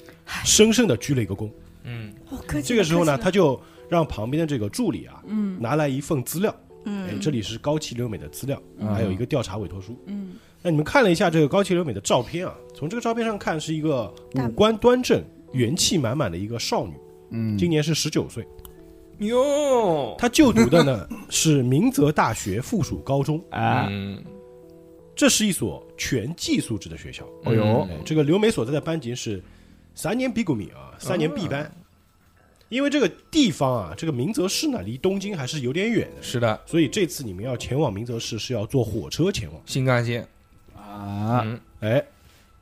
S5: 深深的鞠了一个躬。
S1: 嗯，
S4: 哦，客
S5: 这个时候呢，他就让旁边的这个助理啊，嗯，拿来一份资料，嗯，哎，这里是高崎留美的资料，还有一个调查委托书，嗯，那你们看了一下这个高崎留美的照片啊，从这个照片上看是一个五官端正、元气满满的一个少女，嗯，今年是十九岁，
S1: 哟，
S5: 她就读的呢是明泽大学附属高中，
S3: 啊，
S1: 嗯，
S5: 这是一所全寄宿制的学校，
S4: 哦
S1: 哎呦
S5: 哎，这个留美所在的班级是三年 B 股米啊，三年 B 班。因为这个地方啊，这个明泽市呢，离东京还是有点远的，
S1: 是的，
S5: 所以这次你们要前往明泽市是要坐火车前往。
S1: 新干线
S3: 啊，
S1: 嗯
S5: 哎，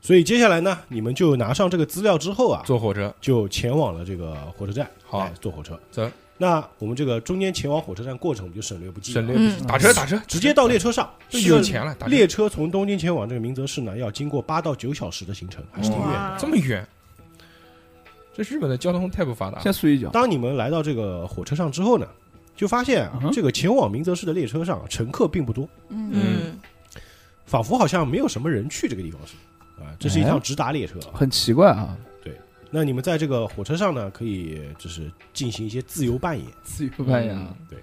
S5: 所以接下来呢，你们就拿上这个资料之后啊，
S1: 坐火车，
S5: 就前往了这个火车站。
S1: 好
S5: 哎坐火车
S1: 走。
S5: 那我们这个中间前往火车站过程我们就省略不计了，
S1: 省略
S2: 嗯
S1: 打车打车，
S5: 直接到列车上。
S1: 这
S5: 这
S1: 有
S5: 个
S1: 钱了，打车
S5: 列车从东京前往这个明泽市呢，要经过八到九小时的行程，还是挺远的。
S6: 哇
S1: 这么远，这日本的交通太不发达了。
S3: 先睡一觉。
S5: 当你们来到这个火车上之后呢，就发现
S3: 嗯
S5: 啊，
S3: 哼
S5: 这个前往明泽市的列车上啊乘客并不多，
S1: 嗯
S6: 嗯，
S5: 仿佛好像没有什么人去这个地方似的。啊，这是一
S3: 哎
S5: 趟直达列车啊，
S3: 很奇怪啊，
S5: 那你们在这个火车上呢，可以就是进行一些自由扮演。
S3: 自由扮演啊，
S1: 嗯
S5: 对，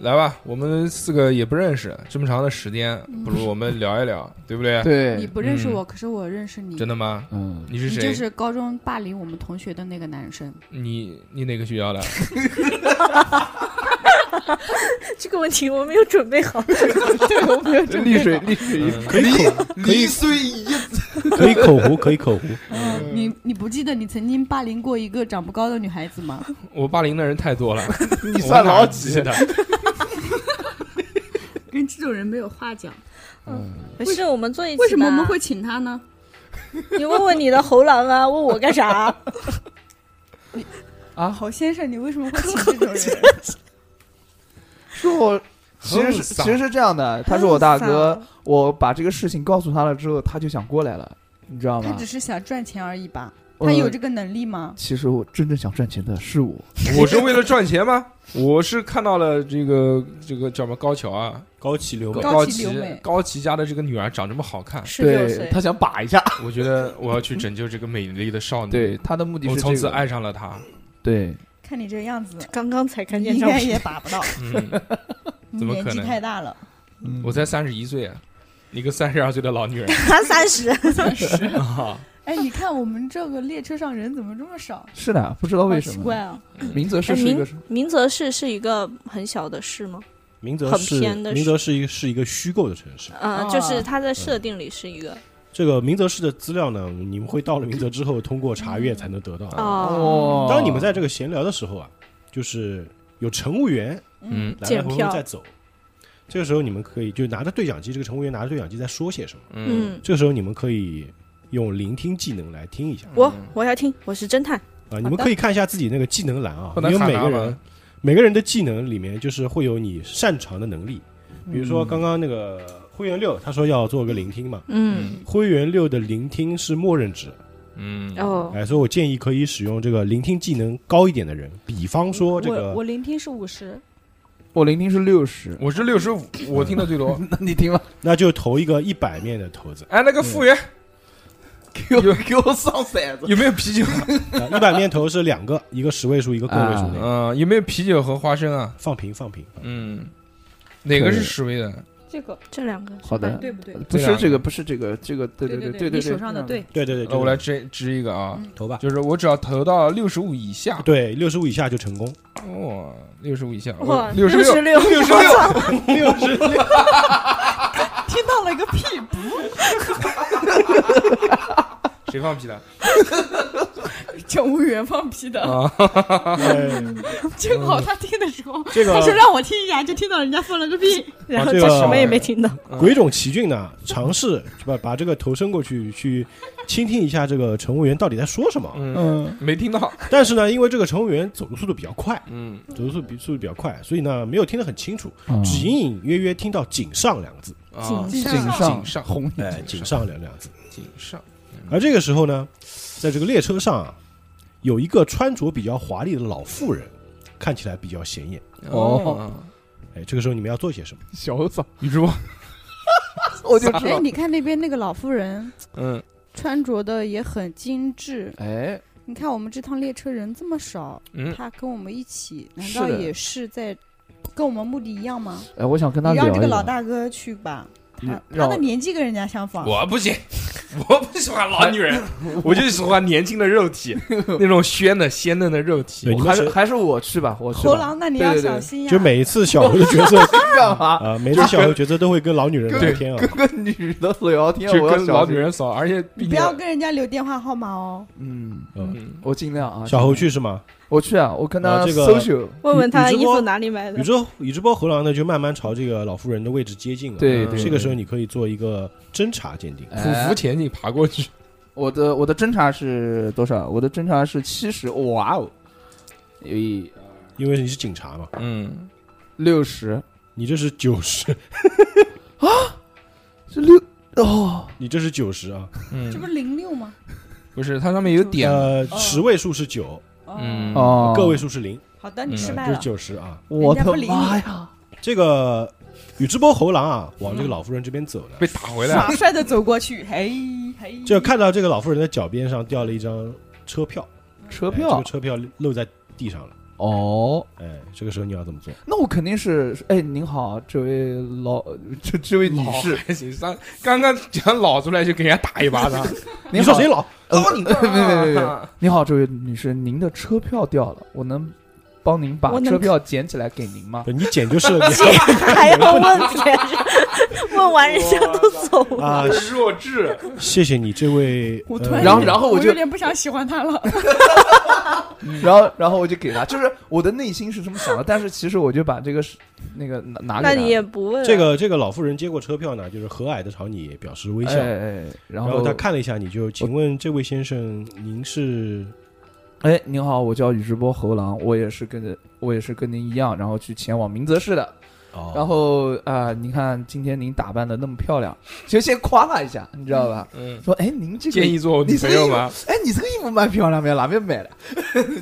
S1: 来吧，我们四个也不认识，这么长的时间，不如我们聊一聊，对不对？嗯
S3: 对，
S4: 你不认识我，可是我认识你
S1: 真。的吗？ *laughs*
S3: 嗯，
S1: 你是
S4: 你
S1: 谁？
S4: 就是高中霸凌我们同学的那个男生，
S1: 你你哪个学校的？
S6: 这个问题我没有准备好。
S4: 对我没有准
S3: *laughs*
S4: 备。
S3: 丽水丽水
S1: 嗯
S3: 一
S5: 可以口可以
S3: 水一，
S5: 可以口胡，可以口胡。
S4: 嗯，你你不记得你曾经霸凌过一个长不高的女孩子吗？
S1: 我霸凌的人太多了，
S3: 你算老几
S1: 我哪？记得？
S4: *laughs* 跟这种人没有话讲。
S6: 没事，我们做
S2: 啊
S6: 一起吧
S4: 为什么我们？会请他呢？
S6: 你问问你的猴狼啊，问我干啥？
S1: *laughs*
S4: 哦侯先生，你为什么会请这种人？
S3: *laughs* 说我其实是其实是这样的，他是我大哥，我把这个事情告诉他了之后，他就想过来了，你知道
S7: 他
S3: 吗
S7: 只？是想赚钱而已吧？
S3: 呃
S7: 他有这个能力吗？
S3: 其实我真正想赚钱的是我，
S1: 我是为了赚钱吗？我是看到了这个这个叫什么高桥啊，
S5: 高崎留美
S7: 高，
S1: 高
S7: 崎
S1: 崎
S7: 留美
S1: 高崎家的这个女儿长这么好看，
S2: 十九
S3: 对
S2: 岁，
S3: 他想把一下，
S1: 我觉得我要去拯救这个美丽的少女。
S3: *laughs* 对，他的目的
S1: 我
S3: 是
S1: 从
S3: 这
S1: 此
S3: 个
S1: 爱上了她。
S3: 对，
S7: 看你这样子，
S2: 刚刚才看
S7: 你
S2: 见
S7: 应
S2: 照
S7: 该
S2: 片，
S7: 也把不到，
S1: 嗯，
S7: 你
S1: *laughs* 怎么
S7: 年
S1: 可
S7: 纪
S1: 能
S7: 太大了。
S3: 嗯
S1: 我才三十一岁啊，一个三十二岁的老女人
S2: 他三十，
S1: 啊，
S7: 哎，你看我们这个列车上人怎么这么少？
S3: 是的，不知道
S7: 好
S3: 为什
S7: 奇
S3: 么
S7: 怪。啊！
S3: 明泽市
S2: 哎
S3: 是一
S2: 明
S3: 个什么
S2: 明泽市是一个很小的市吗？
S5: 明泽
S2: 很
S5: 是
S2: 偏的
S5: 明泽是一个是一个虚构的城市。
S2: 呃，
S7: 啊
S2: 就是它在设定里是一个
S5: 这个明泽市的资料呢，你们会到了明泽之后，通过查阅才能得到。
S2: 哦，
S3: 哦，
S5: 当你们在这个闲聊的时候啊，就是有乘务员
S1: 嗯
S5: 来来回
S2: 检
S5: 回
S2: 票
S5: 在走，这个时候你们可以就拿着对讲机，这个乘务员拿着对讲机在说些什么。
S1: 嗯，
S2: 嗯，
S5: 这个时候你们可以用聆听技能来听一下
S2: 我我要听，我是侦探，
S5: 啊，你们可以看一下自己那个技能栏啊，
S1: 不
S5: 因为
S1: 能喊
S5: 每
S1: 他
S5: 个
S1: 吗
S5: 人？每个人的技能里面就是会有你擅长的能力，
S1: 嗯
S5: 比如
S3: 嗯
S5: 说刚刚那个灰原六他说要做个聆听嘛，
S2: 嗯，
S5: 灰原六的聆听是默认值，
S1: 嗯，
S2: 哦，
S5: 哎，所以我建议可以使用这个聆听技能高一点的人，比方说这
S7: 我
S5: 个
S7: 我聆听是五十，
S3: 我聆听是六十，
S1: 我是六十五，我听的最多。
S3: *laughs* 那你 *laughs* 听吧，
S5: 那就投一个一百面的骰子，
S1: 哎，那个服务员
S3: 给我给我上骰子。
S1: 有没有啤酒？
S5: 啊
S7: *laughs*
S5: 一百面骰是两个，一个十位数，一个个位数那个，
S1: 嗯，有没有啤酒和花生啊？
S5: 放平放平，
S1: 嗯，哪个是
S3: 可以
S1: 十位的？
S7: 这个
S2: 这两个是
S3: 好的
S2: 吧
S7: 对不对？
S3: 不
S1: 这
S3: 是
S1: 两
S3: 这个，
S1: 个
S3: 不是这个，这个对对
S7: 对
S3: 对
S7: 你
S3: 对，
S7: 手上的
S3: 这样
S7: 对，
S5: 对对对，
S1: 呃
S5: 就
S1: 我来支支一个啊，
S5: 投吧，
S1: 就是我只要投到六十五以下，
S5: 对，六十五以下就成功，
S1: 哦，六十五以下，哦
S2: 哇，
S1: 六十啊
S2: 六
S1: 六，
S2: 六，
S1: 六十六，
S5: 六十六，
S3: 嗯
S7: 听到了一个屁，
S1: 谁放屁的？
S7: 乘务员放屁的，
S1: 啊，
S5: 哎
S7: 正好他听的时候，
S3: 嗯
S5: 这个
S7: 他说让我听一下，就听到人家放了
S3: *laughs*
S7: 个屁，
S2: *laughs* 然后
S5: 这
S2: 就
S5: 个
S2: 什么也没听到，
S5: 鬼冢奇骏呢，尝试把把这个头伸过去，去倾听一下这个乘务员到底在说什么。
S1: 嗯，
S3: 嗯，
S1: 没听到，
S5: 但是呢，因为这个乘务员走路速度比较快，
S1: 嗯，
S5: 走路速度比速度比较快，所以呢没有听得很清楚，
S3: 嗯
S5: 只隐隐约约听到“井上”两个字。
S1: 啊
S3: 井
S1: 井
S3: 上
S1: 上
S3: 红
S5: 哎，井上两两个字。
S1: 井上，
S5: 嗯而这个时候呢，在这个列车上啊，有一个穿着比较华丽的老妇人，看起来比较显眼。
S3: 哦
S1: 嗯，
S5: 哎，这个时候你们要做些什么？
S3: 小枣，
S1: 女主播，
S3: 我就知
S7: 哎，
S3: 道。
S7: 你看那边那个老妇人
S1: 嗯，
S7: 穿着的也很精致，
S3: 哎，
S7: 你看我们这趟列车人这么少，
S1: 嗯
S7: 他跟我们一起，难
S3: 是
S7: 道
S3: 的
S7: 也是在跟我们目的一样吗？
S3: 哎，我想跟他
S7: 你
S3: 聊
S7: 让
S3: 一
S7: 这个老
S3: 聊。
S7: 大哥去吧，他
S3: 嗯
S7: 他
S3: 让
S7: 的年纪跟人家相仿，
S1: 我不行， *laughs* 我不喜欢老女 *laughs* 人，我就喜欢年轻的肉 *laughs* 体，那种鲜的鲜嫩的肉体
S5: 对，你
S3: 还
S5: 们
S3: 是
S5: 是
S3: 还是我去吧，我去
S7: 猴
S3: 吧。
S7: 狼，那你
S3: 对
S7: 要
S3: 对对
S7: 小心呀。
S5: 就每一次小猴的角
S7: *laughs*
S5: 色
S3: 干嘛？
S5: 啊，每一次小猴角色都会跟老女人聊天啊
S3: 跟。个女的聊天，
S1: 就
S3: 我要
S1: 跟老
S3: 小
S1: 女
S3: 心。
S1: 人嫂，而且
S7: 你
S1: 并
S7: 不
S1: 且，
S7: 要跟人家留电话号码哦。
S3: 嗯，
S5: 嗯，
S1: 嗯，
S3: 我尽量啊。
S5: 小猴去是吗？
S3: 我去啊，我跟
S5: 啊
S3: 他
S5: 这个
S3: social。
S2: 问问他
S5: 宇智
S2: 衣
S5: 波
S2: 服哪里买
S5: 宇
S2: 的，
S5: 智宇智波猴狼呢，就慢慢朝这个老妇人的位置接近了。
S3: 对
S1: 嗯
S3: 对，
S5: 这个时候
S3: 对
S5: 你可以做一个侦查鉴定，
S1: 匍匐
S3: 哎
S1: 前进，爬过去，
S3: 我的我的侦查是多少？我的侦查是七十，哇哦，诶，
S5: 因为你是警察嘛，
S1: 嗯，
S3: 六十，
S5: 你这是九十， *laughs*
S3: 这六哦，
S5: 你这是九十啊，
S7: 这不
S1: 嗯，
S7: 是零六吗？
S1: 不是，它上面有点，
S5: 呃，
S7: 哦
S5: 十位数是九，
S1: 嗯，
S3: 哦，
S5: 个位数是零，
S7: 好的，你
S1: 嗯
S7: 失
S5: 哎
S7: 败
S5: 就是
S7: 了。
S5: 九十啊。
S3: 我
S7: 人家
S3: 的
S7: 不理你啊
S3: 妈呀！
S5: 这个宇智波猴狼啊，往这个老妇人这边走呢，
S1: 被打回来了，
S7: 耍帅的走过去，嘿，嘿，
S5: 就看到这个老妇人的脚边上掉了一张车票，
S3: 车
S5: 哎这个车票漏在地上了。
S3: 哦，
S5: 哎，这个时候你要怎么做？
S3: 那我肯定是哎，您好，这位老这这位女士，
S1: 还行，刚刚刚讲老出来就给人家打一巴掌，
S5: 你
S3: 您
S5: 说
S3: 好，
S5: 谁老？
S3: 哦，你别别
S7: *laughs*
S3: 别别，您好，这位女士，您的车票掉了，我能帮您把
S2: 我能
S3: 车票捡起来给您吗？
S5: 你捡就是了，
S2: *laughs* 还要问别人， *laughs* 问完人家都走
S5: 你
S2: 了，
S5: *laughs* 啊，
S1: 弱智，
S5: 谢谢你这位。
S7: 我
S5: 呃
S7: 突然
S3: 然后然后我
S7: 我有
S3: 就
S7: 点不想喜欢他 *laughs* 了。
S3: 然后然后我就给他，就是我的内心是这么想的，但是其实我就把这个是那个拿拿
S2: 那
S3: 给
S2: 你也不问啊
S5: 这个这个老妇人接过车票呢，就是和蔼的朝你表示微
S3: 他
S5: 笑，
S3: 哎哎，哎然
S5: 然
S3: 后
S5: 后他看了一下你就，请问这位先生，您是
S3: 哎，您好，我叫宇智波猴狼，我也是跟着我也是跟您一样，然后去前往明泽市的。
S5: 哦
S3: 然后啊、您看今天您打扮的那么漂亮，其实先夸她一下，你知道吧？
S1: 嗯，
S3: 说哎，您这个
S1: 建议做我女朋友吗？
S3: 哎，你这个衣服蛮漂亮的，哪边买的？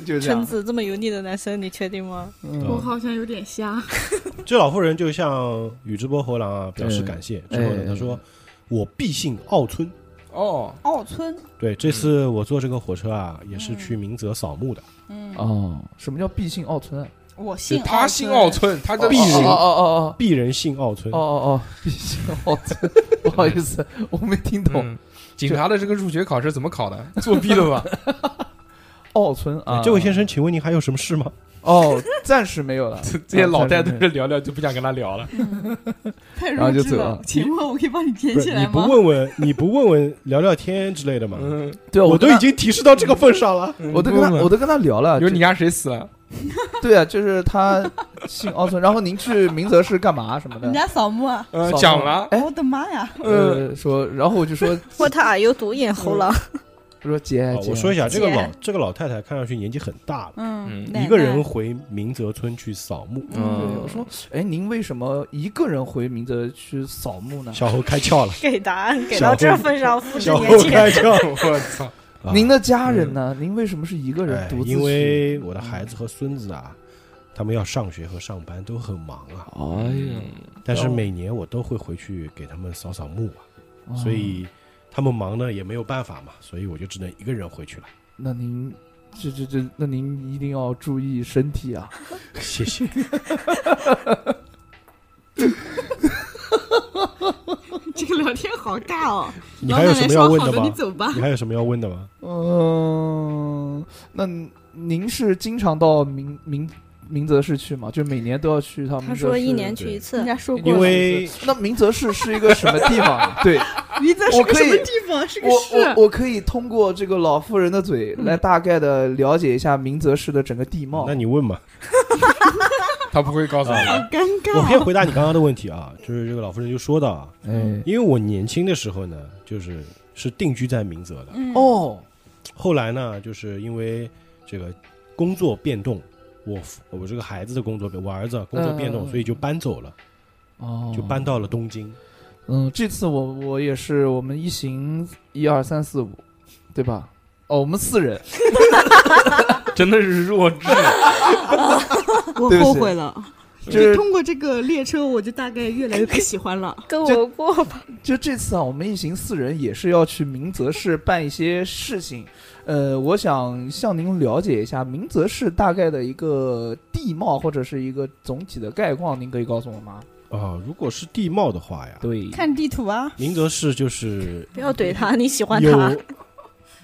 S3: 就是这
S6: 橙
S3: 样。
S6: 子这么油腻的男生，你确定吗？
S4: 我好像有点瞎，
S5: 这老妇人就向宇智波猴郎啊表示
S3: 嗯
S5: 感谢之后呢
S3: 哎，
S5: 他说：“我必姓奥村。
S1: 哦，
S7: 奥村，
S5: 对，
S3: 嗯
S5: 这次我坐这个火车啊，也是去明泽扫墓的。
S7: 嗯，
S3: 哦，什么叫必姓奥村啊？
S7: 我
S1: 就
S7: 姓
S1: 他姓奥，村，他这
S5: 必
S3: 哦
S5: 姓
S3: 哦哦
S5: 鄙人姓奥村
S3: 哦哦，哦哦，必姓奥村，不好意思，我没听懂。
S1: 嗯警察的这个入学考试怎么考的？作弊了吧？
S3: 奥村啊
S5: 哎，这位先生，请问您还有什么事
S7: *laughs*
S5: 吗？
S3: 哦，暂时没
S5: *laughs*
S3: 有了。
S1: 这些老太太聊聊就不想跟他聊了。
S7: 太
S3: 然后就
S7: 弱智
S3: 走了
S7: 了。请问我可以帮你
S5: 不
S7: 捡起
S5: 是，你
S7: 来
S5: 不
S7: 吗？
S5: 问问，你不问问聊聊天之类的吗？
S1: 嗯，
S3: 对啊，
S5: 我
S3: 都
S5: 都已，经提示到这个份上了。啊
S1: 嗯
S3: 我都跟他，我，都跟他聊了。
S1: 比如
S3: 就
S1: 你家谁死了？
S3: 对啊，就是他姓奥村，然后您去明泽市干嘛什么
S7: 人
S3: 的？
S7: 家扫墓啊！
S1: 呃
S3: 扫，墓
S1: 讲了，
S3: 哎
S7: 我的妈呀！
S1: 嗯，
S3: 呃，说，然后我就说，
S6: 我他矮有独眼猴狼，
S3: 我说姐
S5: 啊，
S3: 姐，
S5: 我说一下，这个
S6: 姐
S5: 老这个老太太看上去年纪很大了，
S7: 嗯
S1: 嗯
S7: 奶奶
S5: 一个人回明泽村去扫墓。
S3: 对
S1: 嗯
S3: 我说，哎，您为什么一个人回明泽去扫墓呢？
S5: 小猴开窍了，
S6: 给答案给
S5: 小
S6: 到这
S5: 猴
S6: 份上，复制
S5: 小猴
S6: 年前。
S5: 开
S3: *laughs*
S5: 窍了。
S1: *laughs* 我操，
S5: 啊
S3: 您的家人呢？您为什么是一个人
S5: 哎
S3: 独自去？嗯
S5: 因为我的孩子和孙子啊，他们要上学和上班都很忙啊，
S3: 哎呀，
S5: 但是每年我都会回去给他们扫扫墓啊，
S3: 哦
S5: 所以他们忙呢也没有办法嘛，所以我就只能一个人回去了。 *laughs*
S3: 那您这这这，那您一定要注意身体啊！
S7: *laughs*
S5: 谢谢。
S7: 这个聊天好尬哦。
S5: 你还有什么要问
S7: 老奶奶说好
S5: 吗
S7: 你？走吧。
S5: 你还有什么要问的吗？
S3: 嗯，那您是经常到明明明泽市去吗？就每年都要去趟
S6: 他
S3: 明泽市？
S6: 说一年去一次
S7: 人，家说过
S5: 因
S7: 了，
S5: 为
S3: 那明泽市是一个什么地方？对
S7: 明泽是
S3: 我
S7: 个
S3: 可
S7: 什
S3: 以
S7: 么地方？是个
S3: 我
S7: 市。
S3: 我我可以通过这个老妇人的嘴来大概的了解一下明泽市的整个地貌
S5: 那。你
S7: *laughs*
S5: 问嘛，
S1: 他不会告诉
S3: 啊
S1: 你。
S7: 尴
S5: 我
S7: 尬，
S5: 先回答你刚刚的问题啊，就是这个老夫人就说到啊，
S3: 哎，
S5: 因为我年轻的时候呢，就是是定居在明泽的，
S7: 嗯，
S3: 哦，
S5: 后来呢，就是因为这个工作变动，我我这个孩子的工作变，我儿子工作变动，
S3: 嗯
S5: 所以就搬走了，
S3: 哦，
S5: 就搬到了东京。
S3: 嗯，这次我我也是，我们一行一二三四五，对吧？哦，我们四人，
S1: 真的是弱智。
S7: 我
S3: 对不
S7: 后
S3: 起
S7: 悔了。
S3: 就
S7: 就是通过这个列车，我就大概越来越不喜欢了。
S6: 跟
S3: 这
S6: 我过吧。
S3: 就这次啊，我们一行四人也是要去明泽市办一些事情。呃，我想向您了解一下明泽市大概的一个地貌或者是一个总体的概况，您可以告诉我吗？
S5: 啊，如果是地貌的话呀，
S3: 对，
S7: 看地图啊，
S5: 明泽市就是
S6: 不要怼他，你喜欢他
S5: 有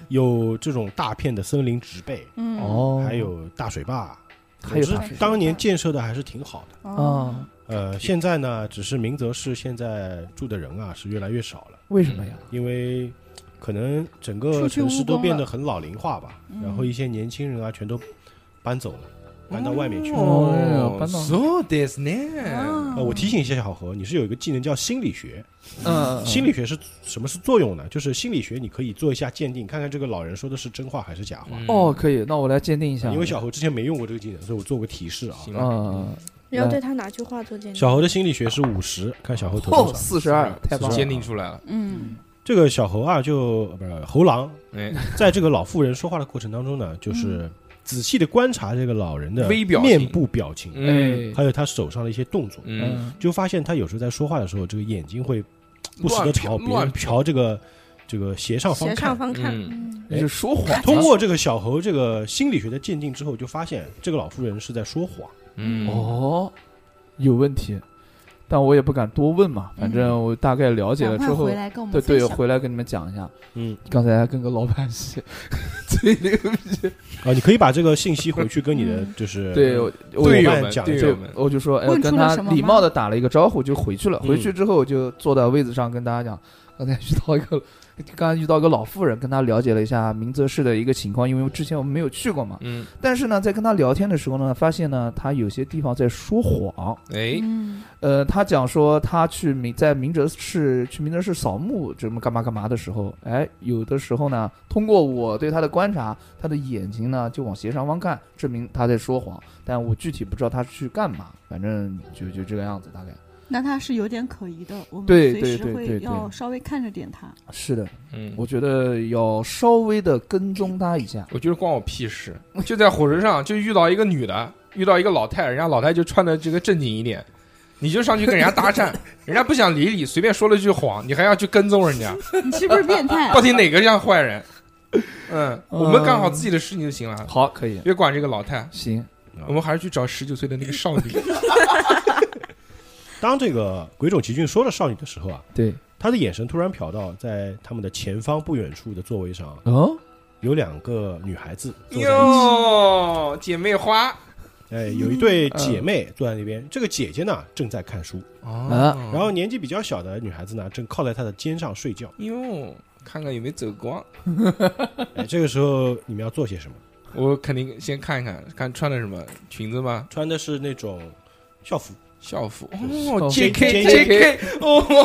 S5: 有这种大片的森林植被，
S7: 嗯，
S3: 哦，
S5: 还有大水坝，
S3: 还有
S5: 总之
S3: 大水坝
S5: 当年建设的还是挺好的。
S7: 哦，
S3: 啊，
S5: 呃，现在呢，只是明泽市现在住的人啊是越来越少了，
S3: 为什么呀？
S5: 因为可能整
S4: 出
S5: 个
S4: 去
S5: 城市
S4: 务
S5: 都
S4: 工
S5: 变
S4: 了
S5: 得很老龄化吧，然后一些年轻人啊全都搬走了，搬到外面去了。
S3: 哦搬到
S1: so this
S7: 啊
S3: 啊
S1: 呢？
S5: 呃，我提醒一下小何，你是有一个技能叫心理学。
S3: 嗯，
S5: 心理学是什么是作用呢？就是心理学，你可以做一下鉴定，看看这个老人说的是真话还是假话。
S3: 哦，，可以，那我来鉴定一下。
S5: 因为小何之前没用过这个技能，所以我做个提示啊。
S1: 行了，
S3: 嗯，
S6: 你 *laughs* 要对他哪句话做鉴定？
S5: 小何的心理学是五十，看小何投
S3: 哦，
S5: 多少。
S3: 四十二，太棒了！
S1: 鉴定出来了。
S7: 嗯，
S5: 这个小何啊，就呃不是猴狼，
S1: 哎，
S5: 在这个老妇人说话的过程当中呢，就是仔细的观察这个老人
S1: 嗯
S5: 的
S1: 微表情
S5: 面部表情，
S1: 嗯
S5: 还有他手上的一些动作，
S1: 嗯，
S5: 就发现他有时候在说话的时候，这个眼睛会不时
S1: 乱
S5: 的
S1: 瞟
S5: 朝别
S1: 乱
S5: 人
S1: 瞟
S5: 朝这个这个斜上方
S6: 斜上
S5: 看。
S6: 方看，
S1: 嗯哎
S3: 你是说谎了，
S5: 通
S1: 啊
S5: 过这个小猴这个心理学的鉴定之后，就发现这个老妇人是在说谎。
S1: 嗯，
S3: 哦，有问题，但我也不敢多问嘛，反正我大概了解了
S4: 嗯赶
S3: 之
S4: 快
S3: 后
S4: 回，来跟我们
S3: 对对，
S4: 分享
S3: 回来跟你们讲一下。
S5: 嗯，
S3: 刚才还跟个老板是吹牛逼，
S5: 啊，你可以把这个信息回去跟你的
S4: 嗯
S5: 就是
S3: 对我我
S1: 队
S5: 队
S1: 友
S5: 友们
S1: 们，
S5: 讲一
S1: 队
S5: 下
S1: 友
S3: 就
S1: 们，
S3: 我就说，哎，
S7: 问出
S3: 跟
S7: 了
S3: 他
S7: 什么
S3: 礼
S7: 吗
S3: 貌的打了一个招呼，就回去了。
S5: 嗯
S3: 回去之后，我就坐到位子上跟大家讲，刚才遇到一个 *laughs* 刚刚遇到一个老妇人，跟她了解了一下明泽市的一个情况，因为之前我们没有去过嘛。
S1: 嗯，
S3: 但是呢，在跟她聊天的时候呢，发现呢，她有些地方在说谎。
S1: 哎，
S4: 嗯
S3: 呃，她讲说她去明在明泽市去明泽市扫墓，这么干嘛干嘛的时候，哎，有的时候呢，通过我对她的观察，她的眼睛呢就往斜上方看，证明她在说谎。但我具体不知道她是去干嘛，反正就就这个样子，大概
S7: 那他是有点可疑的，我们
S3: 对
S7: 随
S3: 对
S7: 时
S3: 对对
S7: 会
S3: 对
S7: 要稍微看着点他。
S3: 是的。
S1: 嗯，
S3: 我觉得要稍微的跟踪她一下。
S1: 我觉得关我屁事。就在火车上，就遇到一个女的，遇到一个老太，人家老太就穿的这个正经一点，你就上去跟人家搭 *laughs* 讪，人家不想理你，随便说了句谎，你还要去跟踪人家， *laughs*
S7: 你是不是变态
S3: *laughs*
S4: 啊
S1: 到？底哪个像坏人？嗯，我们
S3: 嗯
S1: 干好自己的事情就行了，
S3: 好，可以，
S1: 别管这个老太。
S3: 行，
S1: 我们还是去找十九岁的那个少女。
S5: 当这个鬼冢奇骏说了少女的时候啊，
S3: 对，
S5: 他的眼神突然瞟到在他们的前方不远处的座位上啊，
S3: 哦，
S5: 有两个女孩子坐在一
S1: *laughs*
S5: 起，
S1: 哟，姐妹花
S5: 哎，有一对姐妹坐在那边。这个姐姐呢正在看书，
S1: 哦
S5: 然后年纪比较小的女孩子呢正靠在她的肩上睡觉。
S1: 哟，看看有没有走光。
S5: 哎，这个时候你们要做些什么？
S1: 我肯定先看一看，看穿的什么裙子吗？
S5: 穿的是那种校服，
S1: 校服
S3: 校
S1: 哦
S3: 服
S1: ，J K
S5: 肩
S1: J K，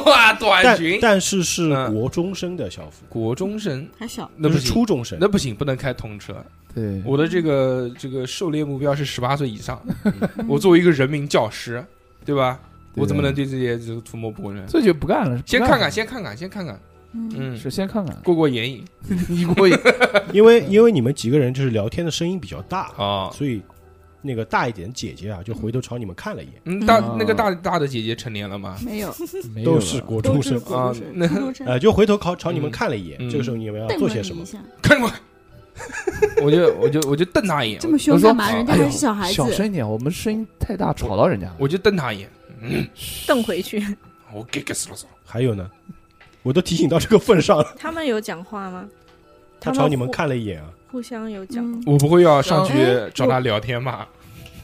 S1: 哇，短
S5: 但
S1: 裙，
S5: 但是是
S1: 嗯
S5: 国中生的校服，
S1: 国中生
S7: 还小，
S1: 那
S5: 不
S1: 不
S5: 是
S1: 行，
S5: 初中生。
S1: 那不行，不能开童车。
S3: 对，
S1: 我的这个这个狩猎目标是十八岁以上， *laughs* 我作为一个人民教师，对吧？
S3: 对
S1: 我怎么嗯能对这些这个图谋不顾呢？
S3: 这就不干了，
S1: 先
S3: 不
S1: 看
S3: 干
S1: 看，
S3: 了，
S1: 先看看，先看看，嗯，
S3: 是先看看。
S1: 过过眼瘾
S3: *laughs* 你给我也
S5: 因为因为你们几个人就是聊天的声音比较大，
S1: 啊。
S5: 所以那个大一点的姐姐啊，就回头朝你们看了一眼，
S1: 嗯，大
S3: 嗯
S1: 那个大大的姐姐成年了吗？
S4: 没有，
S3: *laughs* 没有
S5: 都
S3: 了
S5: 是国
S7: 都
S5: 中
S7: 是
S5: 生，
S7: 国中生，
S1: 啊
S7: 初中生
S5: 呃，就回头朝朝你们
S1: 嗯
S5: 看了一眼
S1: 嗯。
S5: 这个时候你们要
S4: *laughs*
S7: 瞪
S5: 做
S7: 了
S5: 些
S7: 你
S5: 什么
S7: 一？下，
S1: 看过来， *laughs* 我就我就我就瞪他一眼，
S4: 这么凶
S3: 我说
S4: 干嘛？人家
S3: 哎呦
S4: 还是小孩子
S3: 小，声一点，我们声音太大，吵到人家。
S1: 我就瞪他一眼，嗯，
S2: 瞪回去。
S1: 我给给死了操！
S5: 还有呢，我都提醒到这个份上
S2: *laughs*
S5: 了，
S2: 他们有讲话吗？
S5: 他
S2: 们
S5: 朝你们
S2: 互
S5: 看了一眼啊，
S2: 互相有讲。
S6: 嗯
S4: 嗯
S1: 我不会要上去
S4: 哎
S1: 找他聊天吧？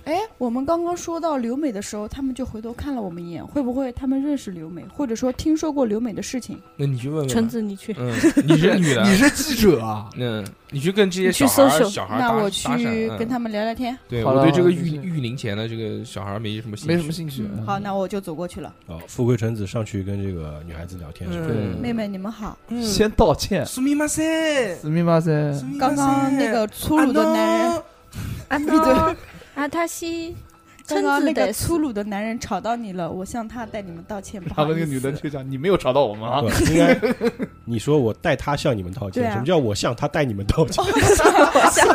S4: 哎，我们刚刚说到留美的时候，他们就回头看了我们一眼，会不会他们认识留美，或者说听说过留美的事情？
S1: 那你去问问
S2: 橙
S1: 吧，
S2: 子，你去。
S1: 嗯，你是女的，
S3: 你 *laughs* 是记者啊？
S1: 嗯，你去跟这些
S2: 你去
S1: 小孩儿
S2: social，
S1: 小孩儿
S4: 那
S1: 搭
S4: 我
S1: 搭
S4: 去
S1: 讪嗯
S4: 跟他们聊聊天。
S1: 对
S3: 好
S1: 我
S3: 了
S1: 对这个
S3: 没
S1: 育
S3: 事
S1: 育龄前的这个小孩儿没什么兴趣，
S3: 没什么兴趣。
S4: 好，那我就走过去了。
S5: 哦，富贵橙子上去跟这个女孩子聊天是吧？
S3: 嗯
S4: 妹妹，你们好。
S1: 嗯
S3: 先道歉，
S1: すみません
S3: 死命吧噻。
S1: すみません
S4: 刚刚那个粗鲁的男人，
S2: 啊
S6: 嗯 *laughs*
S4: 闭嘴！
S2: 啊，他西，
S4: 刚
S2: 橙
S4: 刚
S2: 子
S4: 那个
S2: 得
S4: 粗鲁的男人吵到你了，我向他代你们道歉，不
S3: 然
S4: 好
S3: 后那
S4: 意
S3: 个
S4: 思。
S3: 女的就讲：“你没有吵到我们啊
S5: 不应该，你说我代他向你们道歉，
S4: 对啊
S5: 什么叫我向他代你们道歉？
S4: *laughs* 我向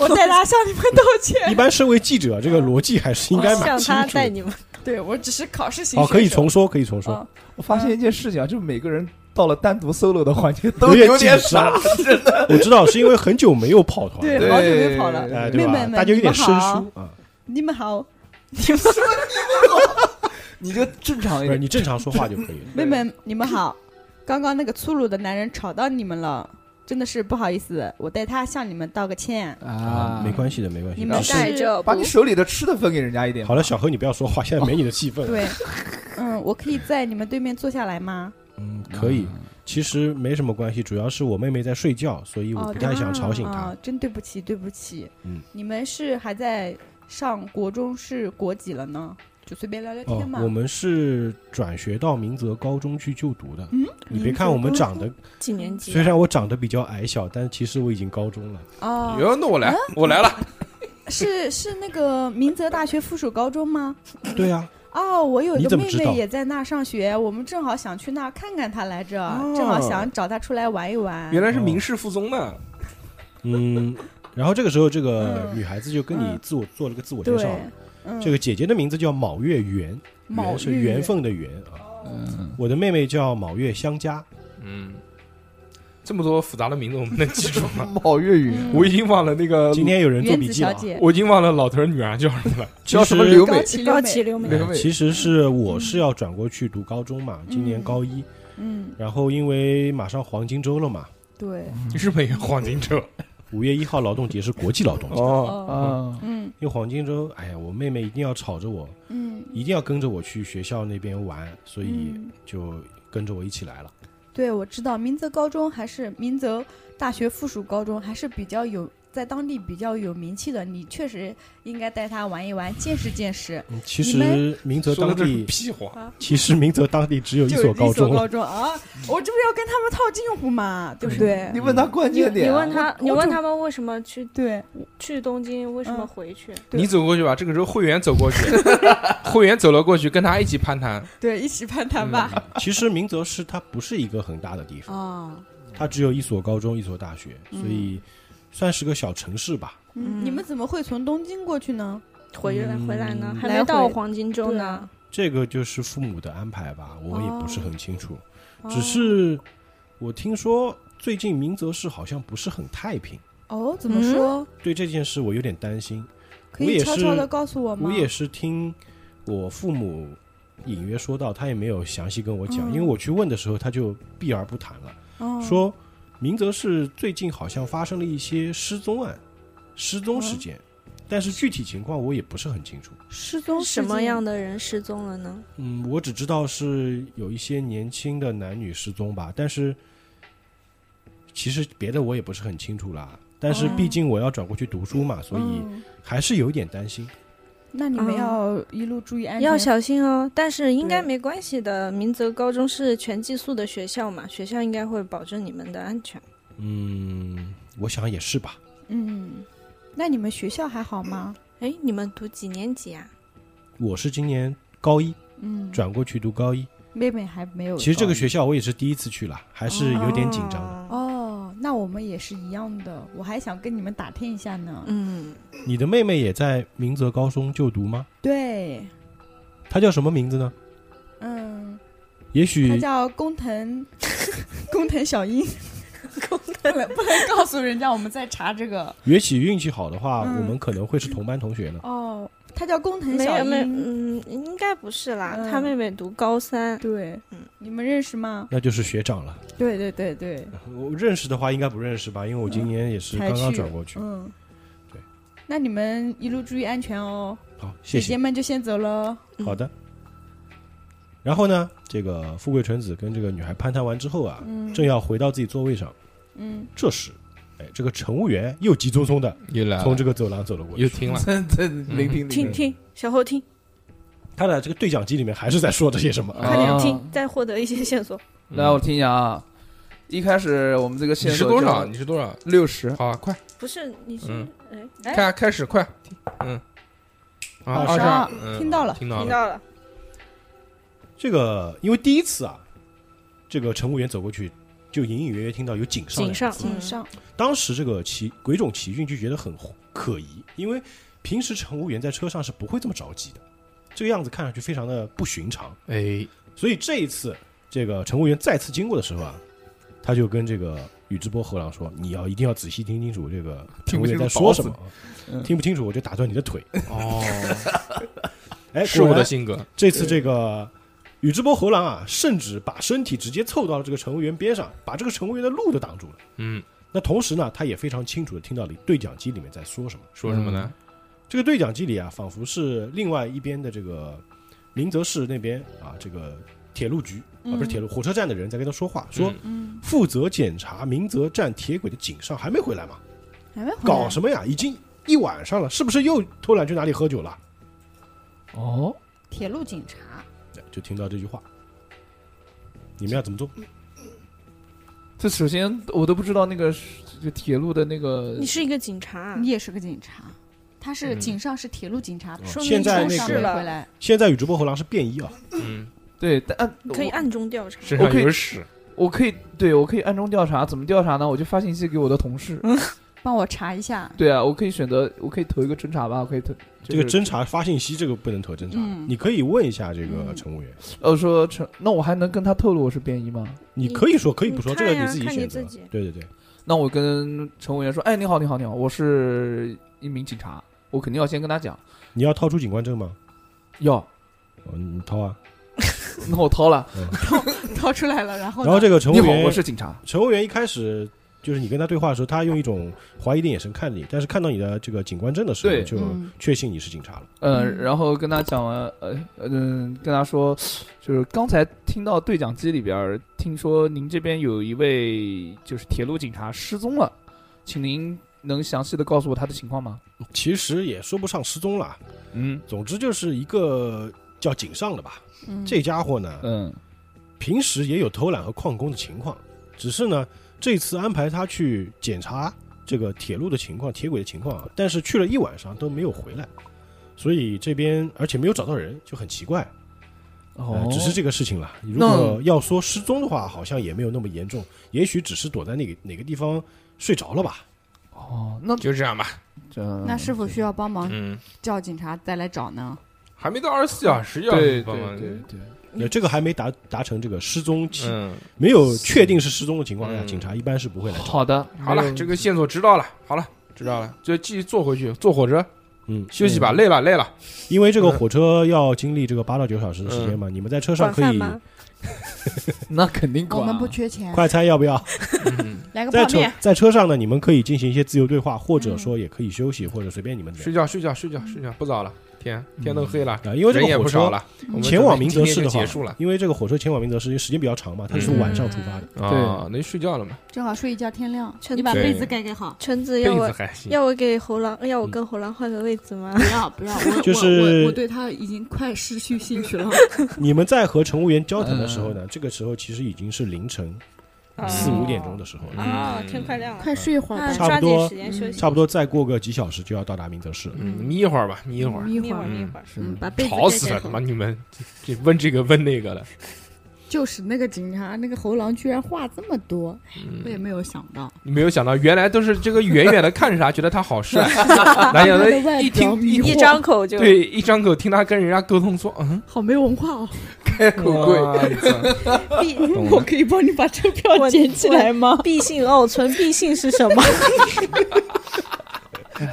S4: 我代他向你们道歉。
S5: 一般身为记者，这个逻辑还是应该蛮
S2: 哦向
S5: 清
S2: 他
S5: 楚
S2: 带
S5: 的。
S2: 你们。
S4: 对我只是考试型
S5: 好，
S4: 选
S5: 哦
S4: 手。
S5: 可以重说，可以重说
S4: 嗯。
S3: 我发现一件事情啊，就是每个人到了单独 solo 的环节都
S5: 有点
S3: 有点
S5: 紧张
S3: 傻，真的。
S5: 我知道是因为很久没有跑团，
S4: 对
S5: 哎，
S4: 好久没跑了
S3: 对
S5: 对吧
S4: 妹妹？们
S5: 大家有点
S4: 你
S5: 生
S4: 们好
S5: 疏啊。
S4: 你们 *laughs* 好，
S3: 你就正常
S5: 不
S3: 一
S5: 是，
S3: 点。
S5: 你正常说话就可以了。
S4: 妹妹你们好。刚刚那个粗鲁的男人吵到你们了，真的是不好意思，我代他向你们道个歉。
S5: 啊，没
S3: 系。
S5: 关系的，没关系
S4: 你
S5: 的。
S4: 们
S5: 是
S4: 带
S2: 着
S3: 把你手里的吃的分给人家一点。
S5: 好了，小何，你不要说话，现在没你的戏份了。
S4: 哦对，嗯，我可以在你们对面坐下来吗？
S5: 嗯，可以。其实没什么关系，主要是我妹妹在睡觉，所以我
S4: 哦，
S5: 不太
S4: 对
S5: 想吵醒
S4: 啊
S5: 她。
S4: 真对不起，对不起。
S5: 嗯
S4: 你们是还在上国中是国几了呢？就随便聊聊
S5: 哦
S4: 天嘛。，
S5: 我们是转学到明泽高中去就读的。
S4: 嗯，
S5: 你别看我们长得，
S2: 几年
S6: 啊
S4: 啊
S2: 级
S5: 虽然我长得比较矮小，但其实我已经高中
S4: *laughs*
S5: 了。
S4: 哦，
S1: 哟，那我来，我来了，
S4: 是是那个明泽大学附属高中吗？
S5: 对啊，
S4: 哦，我有一
S5: 你
S4: 个
S5: 怎么
S4: 妹
S5: 知道
S4: 妹也在那儿上学，我们正好想去那儿看看她来着，
S5: 哦
S4: 正好想找她出来玩一玩。
S1: 原来是明氏附中的，
S5: 嗯，然后这个时候，这个
S4: 嗯
S5: 女孩子就跟你自我做了个自我介绍。
S4: 对，嗯，
S5: 这个姐姐的名字叫卯月圆，
S4: 卯
S5: 圆是
S4: 月
S5: 缘
S4: 圆
S5: 分的缘啊。
S3: 嗯，
S5: 我的妹妹叫卯月香佳，
S1: 嗯，这么多复杂的名字我们能记住吗？ *laughs*
S3: 冒粤语，
S4: 嗯
S1: 我已经忘了那个，
S5: 今天有人做
S4: 原
S5: 笔
S4: 子
S5: 记了
S4: 小
S5: 啊。
S4: 姐，
S1: 我已经忘了老头儿女儿叫什么了。
S5: 其实
S3: 留美
S4: 高崎
S2: 高
S4: 留
S2: 崎
S4: 美，
S2: 留 *laughs* 美
S3: 留
S5: 呃
S3: 美
S5: 其实是我是要转过去读高中嘛，今年
S4: 嗯
S5: 高一，
S4: 嗯，
S5: 然后因为马上黄金周了嘛，
S4: 对，
S1: 日本有黄金周
S5: 五月一号劳动节是国际劳动节，
S1: 哦，
S4: 哦，
S3: 啊，
S4: 嗯
S5: 因为黄金周，哎呀，我妹妹一定要吵着我，
S4: 嗯，
S5: 一定要跟着我去学校那边玩，所以
S4: 嗯
S5: 就跟着我一起来了。
S4: 对，我知道明泽高中还是明泽大学附属高中还是比较有在当地比较有名气的，你确实应该带他玩一玩，见识见识。
S5: 嗯其
S4: 你们
S5: 实明泽
S1: 说的
S5: 当
S1: 这是
S5: 地，
S1: 屁话，
S5: *laughs* 其实明泽当地只有一
S4: *laughs*
S7: 就是
S5: 所高中了，
S7: 高中啊，我这不是要跟他们套近乎嘛，对不对
S3: 你？问他关键
S6: 你
S3: 点啊，
S6: 问他，你
S7: 我
S6: 问
S7: 就
S6: 他们为什么去
S7: 对，
S6: 去东京，为什么
S7: 嗯
S6: 回去？
S7: 对
S1: 你走过去吧。这个时候会员走过去，会员走了过去，跟他一起攀谈。嗯
S7: 对，一起攀
S5: 嗯
S7: 谈吧。
S5: 其实明泽市它不是一个很大的地
S4: 哦
S5: 方，
S7: 啊，
S5: 它只有一所高中、一所大学，所以算是个小城市吧。
S7: 嗯
S4: 你们怎么会从东京过去呢？
S6: 回
S5: 嗯
S6: 来回来呢？还
S4: 来
S6: 没到
S4: 回
S6: 黄金周
S4: 对
S6: 呢。
S4: 啊
S5: 这个就是父母的安排吧，我也不是很清楚。
S4: 哦
S5: 只是我听说最近明泽市好像不是很太平，
S4: 哦，怎么说？
S5: 对这件事我有点担心。
S4: 可
S5: 我
S4: 以
S5: 也
S4: 悄
S5: 是
S4: 悄的告诉我吗？
S5: 我也是听我父母隐约说到，他也没有详细跟我讲，
S4: 嗯
S5: 因为我去问的时候他就避而不谈了，
S4: 哦
S5: 说明泽市最近好像发生了一些失踪案、失踪
S4: 哦
S5: 事件，但是具体情况我也不是很清楚。
S4: 失踪
S6: 什么样
S4: 的？
S6: 的人失踪了呢？
S5: 嗯，我只知道是有一些年轻的男女失踪吧，但是其实别的我也不是很清楚啦。但是毕竟我要转过去读书嘛，所以
S4: 哦嗯
S5: 还是有一点担心。
S4: 那你们
S6: 嗯
S4: 要一路注意安全。
S6: 要小心哦，但是应该
S4: 对
S6: 没关系的。明泽高中是全寄宿的学校嘛，学校应该会保证你们的安全。
S5: 嗯，我想也是吧。
S4: 嗯，那你们学校还好吗？
S6: 哎，你们读几年级啊？
S5: 我是今年高一
S4: 嗯，
S5: 转过去读高一，
S4: 妹妹还没有。
S5: 其实这个学校我也是第一次去了，还是有点紧张的。
S6: 哦。
S4: 哦，那我们也是一样的。我还想跟你们打听一下呢。
S6: 嗯，
S5: 你的妹妹也在明泽高中就读吗？
S4: 对，
S5: 她叫什么名字呢？
S4: 嗯，
S5: 也
S4: 她
S5: 许
S4: 叫工藤， *laughs* 工藤小樱。 *laughs* 工藤不能告诉人家我们在查这个
S5: 也许运气好的话，
S4: 嗯
S5: 我们可能会是同班同学呢。
S4: 哦。她叫工藤
S6: 没
S4: 小
S6: 有没有，
S4: 樱，
S6: 嗯，应该不是啦。
S4: 嗯
S6: 他妹妹读高三，
S4: 对
S6: 嗯，
S4: 你们认识吗？
S5: 那就是学长了。
S4: 对对对对，
S5: 我认识的话应该不认识吧，因为我今年也是
S4: 才
S5: 刚刚转过去。
S4: 嗯，
S5: 对。
S4: 那你们一路注意安全哦，
S5: 好，谢
S4: 姐姐
S5: 谢。
S4: 们就先走喽。
S5: 好的。然后呢，这个富贵纯子跟这个女孩攀谈完之后啊，
S4: 嗯
S5: 正要回到自己座位上，
S4: 嗯，
S5: 这时，哎，这个乘务员又急匆匆的
S1: 又来了，
S5: 从这个走廊走了过
S1: 又
S5: 去。
S1: 听了，
S3: *laughs* 真真
S1: 嗯
S3: 聆听
S6: 听
S3: 聆
S6: 听小后听，
S5: 他的这个对讲机里面还是在说着些什
S2: 嗯
S5: 么。
S3: 啊
S6: 快点听，再获得一些线索。
S3: 来，我听一下啊。一开始我们这个
S1: 嗯你
S3: 线
S1: 是
S3: 索
S1: 多少？你是多少？
S3: 六十，
S1: 好啊，快
S6: 不是，你是
S1: 嗯
S6: 哎哎，
S1: 开开始快，嗯，啊，
S5: 二
S1: 二
S5: 十
S1: 十
S4: 二
S1: 二，嗯
S4: 听到了
S1: 听到
S6: 听
S1: 了，
S6: 到了，
S5: 这个因为第一次啊，这个乘务员走过去，就隐隐约约听到有井上
S6: 井
S5: 两个
S6: 上，
S4: 请
S6: 嗯，
S4: 上。
S5: 当时这个奇鬼冢奇骏就觉得很可疑，因为平时乘务员在车上是不会这么着急的，这个样子看上去非常的不寻常。
S1: 哎，
S5: 所以这一次，这个乘务员再次经过的时候啊，他就跟这个宇智波和郎说：“你要一定要仔细听清楚这个乘务员在说什么啊，
S3: 嗯
S5: 听不清楚我就打断你的腿。
S1: *laughs* 哦，”
S5: 哎，
S1: 是我
S5: 果
S1: 的
S5: 然
S1: 性格，
S5: 这次这个宇智波和郎啊，甚至把身体直接凑到了这个乘务员边上，把这个乘务员的路都挡住了。
S1: 嗯，
S5: 那同时呢，他也非常清楚的听到了对讲机里面在说什么。
S1: 说什么呢？
S5: 这个对讲机里啊，仿佛是另外一边的这个明泽市那边啊，这个铁路局啊，不是
S6: 嗯
S5: 铁路火车站的人在跟他说话，说
S4: 嗯，
S5: 负责检查明泽站铁轨的井上还没回来吗？
S4: 还没回来
S5: 搞什么呀？已经一晚上了，是不是又偷懒去哪里喝酒了？
S3: 哦，
S4: 铁路警察。
S5: 对就听到这句话，你们要怎么做？
S3: 这首先我都不知道那个是这个铁路的那个
S6: 你是一个警察啊，
S4: 嗯你也是个警察，他是
S1: 嗯
S4: 井上是铁路警察，
S6: 说
S5: 哦现
S6: 明
S5: 在
S6: 出
S5: 那
S6: 事
S5: 个
S4: 回
S6: 了，
S4: 来，
S5: 现在宇智波和狼是便衣啊，
S1: 嗯，
S3: 对，但按
S6: 可以暗中调查。
S1: 身
S3: 我
S1: 上
S3: 可以
S1: 有屎，
S3: 我我可以对我可以暗中调查，怎么调查呢？我就发信息给我的同事。
S6: 嗯
S4: 帮我查一下。
S3: 对啊，我可以选择，我可以投一个侦查吧，我可以投、
S5: 这个侦查发信息这个不能投侦查，
S4: 嗯
S5: 你可以问一下这
S6: 嗯
S5: 个乘务员，
S3: 呃说成，那我还能跟他透露我是便衣吗？
S5: 你可以说可以不说，
S6: 你
S5: 这
S6: 看
S5: 个
S6: 呀
S5: 你自己
S6: 看你
S5: 选择
S6: 自己。
S5: 对对对，
S3: 那我跟乘务员说，哎，你好，你好，你好，我是一名警察，我肯定要先跟他讲，
S5: 你要掏出警官证吗？
S3: 要，
S5: 哦你掏啊。
S3: 那我掏了。
S4: 掏出来了，然后
S5: 嗯然后这个乘务
S3: 你好，
S5: 员
S3: 我是警察。
S5: 乘务员一开始就是你跟他对话的时候，他用一种怀疑的眼神看着你，但是看到你的这个警官证的时候，
S3: 对
S5: 就
S4: 嗯
S5: 确信你是警察了。
S3: 嗯，然后跟他讲完，呃，嗯、跟他说，就是刚才听到对讲机里边儿听说您这边有一位就是铁路警察失踪了，请您能详细的告诉我他的情况吗？
S5: 其实也说不上失踪了，
S3: 嗯
S5: 总之就是一个叫井上的
S4: 嗯
S5: 吧。这家伙呢，
S3: 嗯
S5: 平时也有偷懒和旷工的情况，只是呢，这次安排他去检查这个铁路的情况、铁轨的情况啊，但是去了一晚上都没有回来，所以这边而且没有找到人，就很奇怪。
S3: 哦
S5: 呃，只
S1: 哦
S5: 是这个事情了。如果要说失踪的话，好像也没有那么严重，也许只是躲在那个哪个地方睡着了吧。
S3: 哦，那
S1: 就这样吧。
S3: 这
S4: 那是否需要帮忙
S1: 嗯，
S4: 叫警察再来找呢？
S1: 还没到二十四小时要
S3: 对
S1: 帮忙
S3: 对对对，
S5: 那呃这个还没达达成这个失踪期，
S1: 嗯，
S5: 没有确定是失踪的情况下，
S1: 嗯
S5: 警察一般是不会来找。
S3: 好的，
S1: 好
S3: 没
S1: 了，
S3: 有
S1: 这个线索知道了，好了，知道了，就继续坐回去，坐火车
S5: 嗯，
S1: 休息吧，累嗯了累了，
S5: 因为这个火车要经历这个八到九小时的时间
S1: 嗯
S5: 嘛，你们在车上
S6: 管
S5: 可
S6: 饭
S5: 以
S6: 吗？
S3: 那肯定管
S4: 我
S3: 啊
S4: 们不缺钱，
S5: 快餐要不要？
S4: 来个
S5: 在
S4: 泡
S5: 车
S4: 面。
S5: 在车上呢，你们可以进行一些自由对话，或者说也可以休息，或者随便你们
S1: 睡
S5: 聊。
S1: 觉睡觉睡觉睡觉，不早了，天天都黑了，
S5: 啊，因为
S1: 嗯
S5: 这
S1: 人也
S5: 个火
S1: 不少
S5: 车
S1: 了，我们
S5: 前往明泽市
S1: 今
S5: 的
S1: 天就
S5: 话
S1: 结束了，嗯
S5: 因为这个火车前往明泽市因为时间比较长嘛，它是晚上出发的。
S1: 啊，那就睡觉了嘛，
S4: 正好睡一觉，天亮。
S6: 陈
S7: 你把
S1: 对
S7: 被子盖盖好，
S6: 橙子
S1: 被
S6: 要
S1: 子
S6: 我
S1: 还行，
S6: 要我给猴狼要我
S5: 嗯
S6: 跟猴狼换个位置吗？
S7: 不要不要，
S1: *laughs*
S7: 我
S5: 就
S7: 我
S5: 是
S7: 我我对他已经快失去兴趣 *laughs* 了。
S5: 你们在和乘务员交谈的时候呢，这个时候其实已经是凌晨
S1: 嗯
S5: 四五点钟的时候了，
S2: 啊
S6: 哦，天快亮了，
S4: 快睡一会儿
S6: 那
S4: 吧，
S5: 差
S6: 抓
S5: 不
S6: 紧
S5: 多嗯
S6: 时间休息，
S5: 差不多再过个几小时就要到达明泽市了。
S1: 嗯，眯一会儿吧，眯一会儿，
S4: 一
S6: 一
S4: 会
S6: 会儿
S4: 儿。
S1: 嗯
S6: 一会儿，
S7: 嗯，把被子
S1: 吵
S7: 盖
S1: 死
S7: 盖
S1: 了，他妈
S7: 好。
S1: 你们这这问这个问那个了，
S4: 就是那个警察，那个猴狼居然话这么多，我也
S1: 嗯，
S4: 没有想到。
S1: 你没有想到原来都是这个远远的看着他，觉得他好帅，哪想
S4: 他的
S1: 到
S4: 外
S1: 一
S4: 表
S1: 听
S4: 迷惑
S6: 一张口就
S1: 对一张口听他跟人家沟通说， *laughs* 嗯，
S7: 好没文化哦！
S1: 口贵，
S6: 必
S1: 懂
S7: 我
S1: 了，
S7: 可以帮你把车票
S6: 我
S7: 捡起来吗？
S6: 必信哦，纯必信是什么？
S1: *laughs*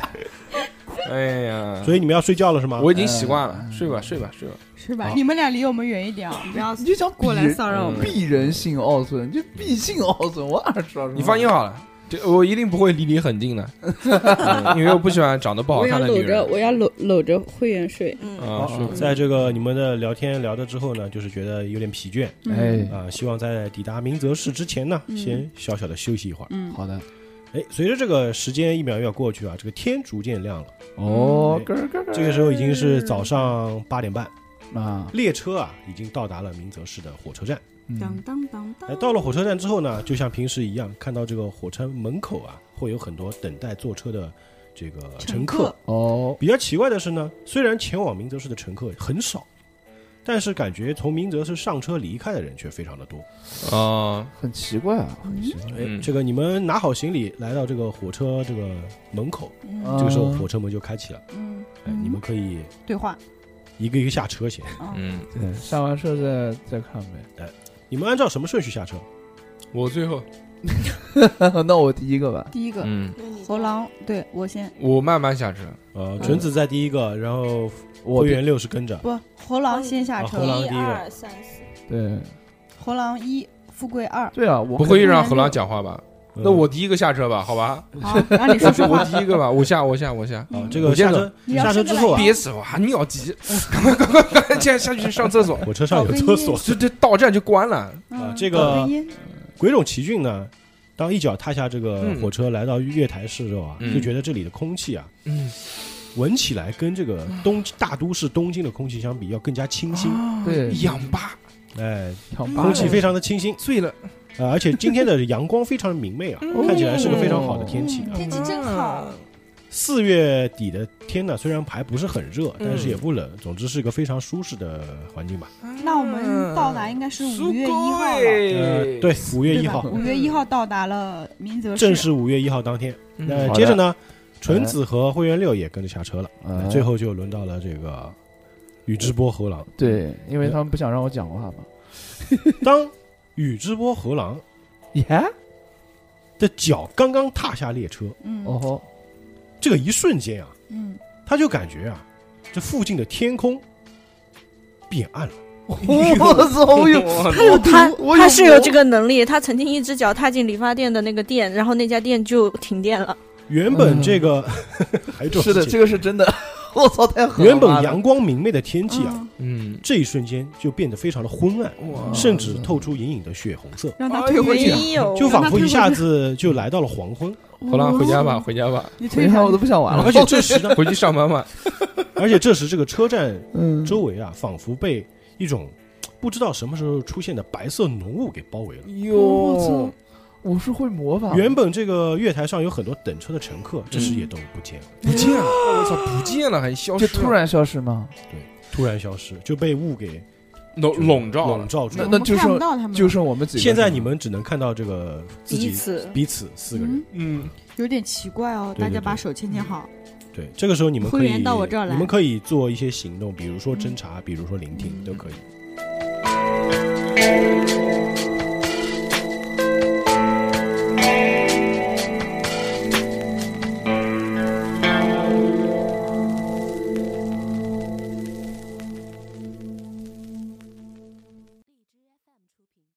S1: 哎呀，嗯
S5: 所以你们要睡觉了是吗？
S1: 我已经习惯了，睡吧睡吧睡吧，
S4: *laughs* 是吧
S1: 好？嗯
S4: 你们俩离我们远一点啊！不要
S3: 你就想
S7: 过来
S3: 鄙
S7: 骚扰我们，
S3: 鄙人性傲尊，就必性傲尊，我哪知道什么？
S1: 你放心好了。这嗯我一定不会离你很近的，嗯因为我不喜欢长得不好
S7: 我要
S1: 看的女
S7: 搂着，
S1: 人。
S7: 我要搂搂着会员睡。
S6: 嗯，
S1: 啊，
S3: 哦
S1: 是
S5: 在这个你们的聊天聊的之后呢，就是觉得有点疲倦
S1: 嗯
S3: 哎，
S5: 啊、希望在抵达明泽市之前呢，先小小的休息一会儿。
S7: 嗯，
S3: 好的，
S5: 哎，随着这个时间一秒一秒过去啊，这个天逐渐亮了。
S3: 哦，
S5: 对
S3: 咯咯
S1: 嗯
S3: 咯
S5: 这个时候已经是早上八点半，
S3: 啊，
S5: 列车啊已经到达了明泽市的火车站。
S7: 当
S3: 嗯
S7: 当当当，
S5: 哎，到了火车站之后呢，就像平时一样，看到这个火车门口啊，会有很多等待坐车的这个乘客。
S3: 哦，
S5: 比较奇怪的是呢，虽然前往明泽市的乘客很少，但是感觉从明泽市上车离开的人却非常的多。
S1: 啊，
S3: 很奇怪啊，很奇怪。
S5: 哎
S1: 嗯，
S5: 这个你们拿好行李，来到这个火车这个门口，
S3: 啊
S5: 这个时候火车门就开启了。
S4: 哦嗯，
S5: 哎，你们可以
S4: 对话，
S5: 一个一个下车先。
S1: 嗯，
S3: 对下完车再再看
S5: 你们按照什么顺序下车？
S1: 我最后，
S3: 呗。 *laughs* 那我第一个吧。
S4: 第一个
S1: 嗯，
S4: 猴狼，对我先
S1: 我慢慢下车，
S5: 呃，纯子在第一个，然后
S3: 我
S5: 灰原六是跟着。
S4: 不，猴狼先下
S5: 啊猴
S4: 车，
S5: 狼
S6: 一
S5: 第一个
S6: 二三四，
S3: 对
S4: 猴狼一，富贵
S5: *laughs*
S4: 二，
S3: 对啊，我
S1: 不会让何狼讲话吧？
S5: 嗯
S1: 那我第一个下车吧，好吧？
S4: 好，让你说
S1: 我是
S4: 说
S1: 我
S5: *laughs*
S4: 话
S1: 第。一个吧，我下我下我下。
S5: 啊，这个
S1: 我先
S5: 下车
S4: 你要
S5: 下车
S4: 先
S5: 之
S4: 过来
S5: 后啊，
S1: *laughs* 憋死我，还尿急，赶快赶快赶快，现在下去上厕所，
S5: *laughs* 火车上有厕所
S1: 这这到站就关了。
S5: 啊
S4: 嗯
S5: 这
S4: 搞根
S5: 个
S4: 烟
S5: 鬼冢奇骏呢，当一脚踏下这个
S1: 嗯
S5: 火车来到月台市之后啊，
S1: 嗯
S5: 就觉得这里的空气啊，
S1: 嗯，
S5: 闻起来跟
S6: 嗯
S5: 这个东大都市东京的空气相比要更加清
S6: 啊
S5: 新，
S3: 对
S1: 啊氧吧，
S5: 哎，
S3: 抢
S5: 空气非常的清新，
S1: 醉了，
S5: 呃，而且今天的阳光非常
S6: *laughs*
S5: 明媚啊，
S1: 嗯
S5: 看起来是个非常好的天气啊。
S6: 哦嗯天气真好，
S5: 四月底的天呢，虽然还不是很热，
S6: 嗯
S5: 但是也不冷，总之是一个非常舒适的环境吧。
S4: 那我们到达应该是
S1: 苏
S4: 五月一号了，
S1: 贵
S5: 呃，对，五月一
S4: 对吧
S5: 号，
S4: 五月一号到达了明泽市，
S5: 正是五月一号当天。那
S1: 嗯
S3: 好的
S5: 接着呢，纯子和灰原六也跟着下车了，
S3: 哎
S5: 最后就轮到了这个宇智波猴郎。
S3: 对，因为他们不想让我讲话嘛。
S5: 当宇智波猴郎
S3: 耶，
S5: 的脚刚刚踏下列车，
S4: 嗯
S3: 哦 *laughs* 吼，
S5: 这个一瞬间啊，
S4: 嗯，
S1: *laughs*
S5: 他就感觉啊，这附近的天空变暗了。
S1: 哦
S3: 我操！哟，
S2: 他有 *laughs* 他
S3: *laughs* 我有
S2: 他是有
S3: 我
S2: 这个能力，他曾经一只脚踏进理发店的那个店，然后那家店就停电了。
S5: *laughs* 原本这个 *laughs* 还有这种
S3: 嗯 *laughs* 是的，
S5: 事
S3: 这
S5: 情，
S3: 个是真的。我操，太狠了！
S5: 原本阳光明媚的天气啊，
S1: 嗯，
S5: 这一瞬间就变得非常的昏暗，
S3: 哇
S5: 甚至透出隐隐的血红色，
S4: 让他退回
S3: 哎
S4: 去，
S2: 没
S1: 哦
S2: 有，
S5: 就仿佛一下子就来到了黄昏。
S1: 好了，回家吧，回家吧，
S4: 哦你退
S3: 回家
S4: 场
S3: 我都不想玩了 *laughs*
S5: 而。且这时呢，
S1: 回去上班吧。
S5: *laughs* 而且这时这个车站
S3: 嗯，
S5: 周围啊，仿佛被一种不知道什么时候出现的白色浓雾给包围了。
S3: 我操，我是会魔
S4: 嗯
S3: 法。
S5: 原本这个月台上有很多等车的乘客，这时也都不见了，
S1: *laughs* 不见了，我操，不见了，还消
S3: 就
S1: 失了，
S3: 突然消失吗？
S5: 突然消失，就被雾给
S1: 笼哦笼罩
S5: 笼
S1: 了。
S5: 罩住
S3: 那
S5: 了。
S3: 那就
S4: 看不
S3: 剩
S4: 到他们了，
S3: 就剩我们几个。
S5: 现在你们只能看到这个自己
S2: 彼此
S5: 彼此四个人。
S4: 嗯
S1: 嗯，
S4: 有点奇怪哦，
S5: 对对
S4: 大家
S5: 对
S4: 把手牵牵好，
S5: 对，这个时候你们可
S4: 会
S5: 以
S4: 员到我这儿来
S5: 你们可以做一些行动，比如说侦查，比如说聆听，都可以。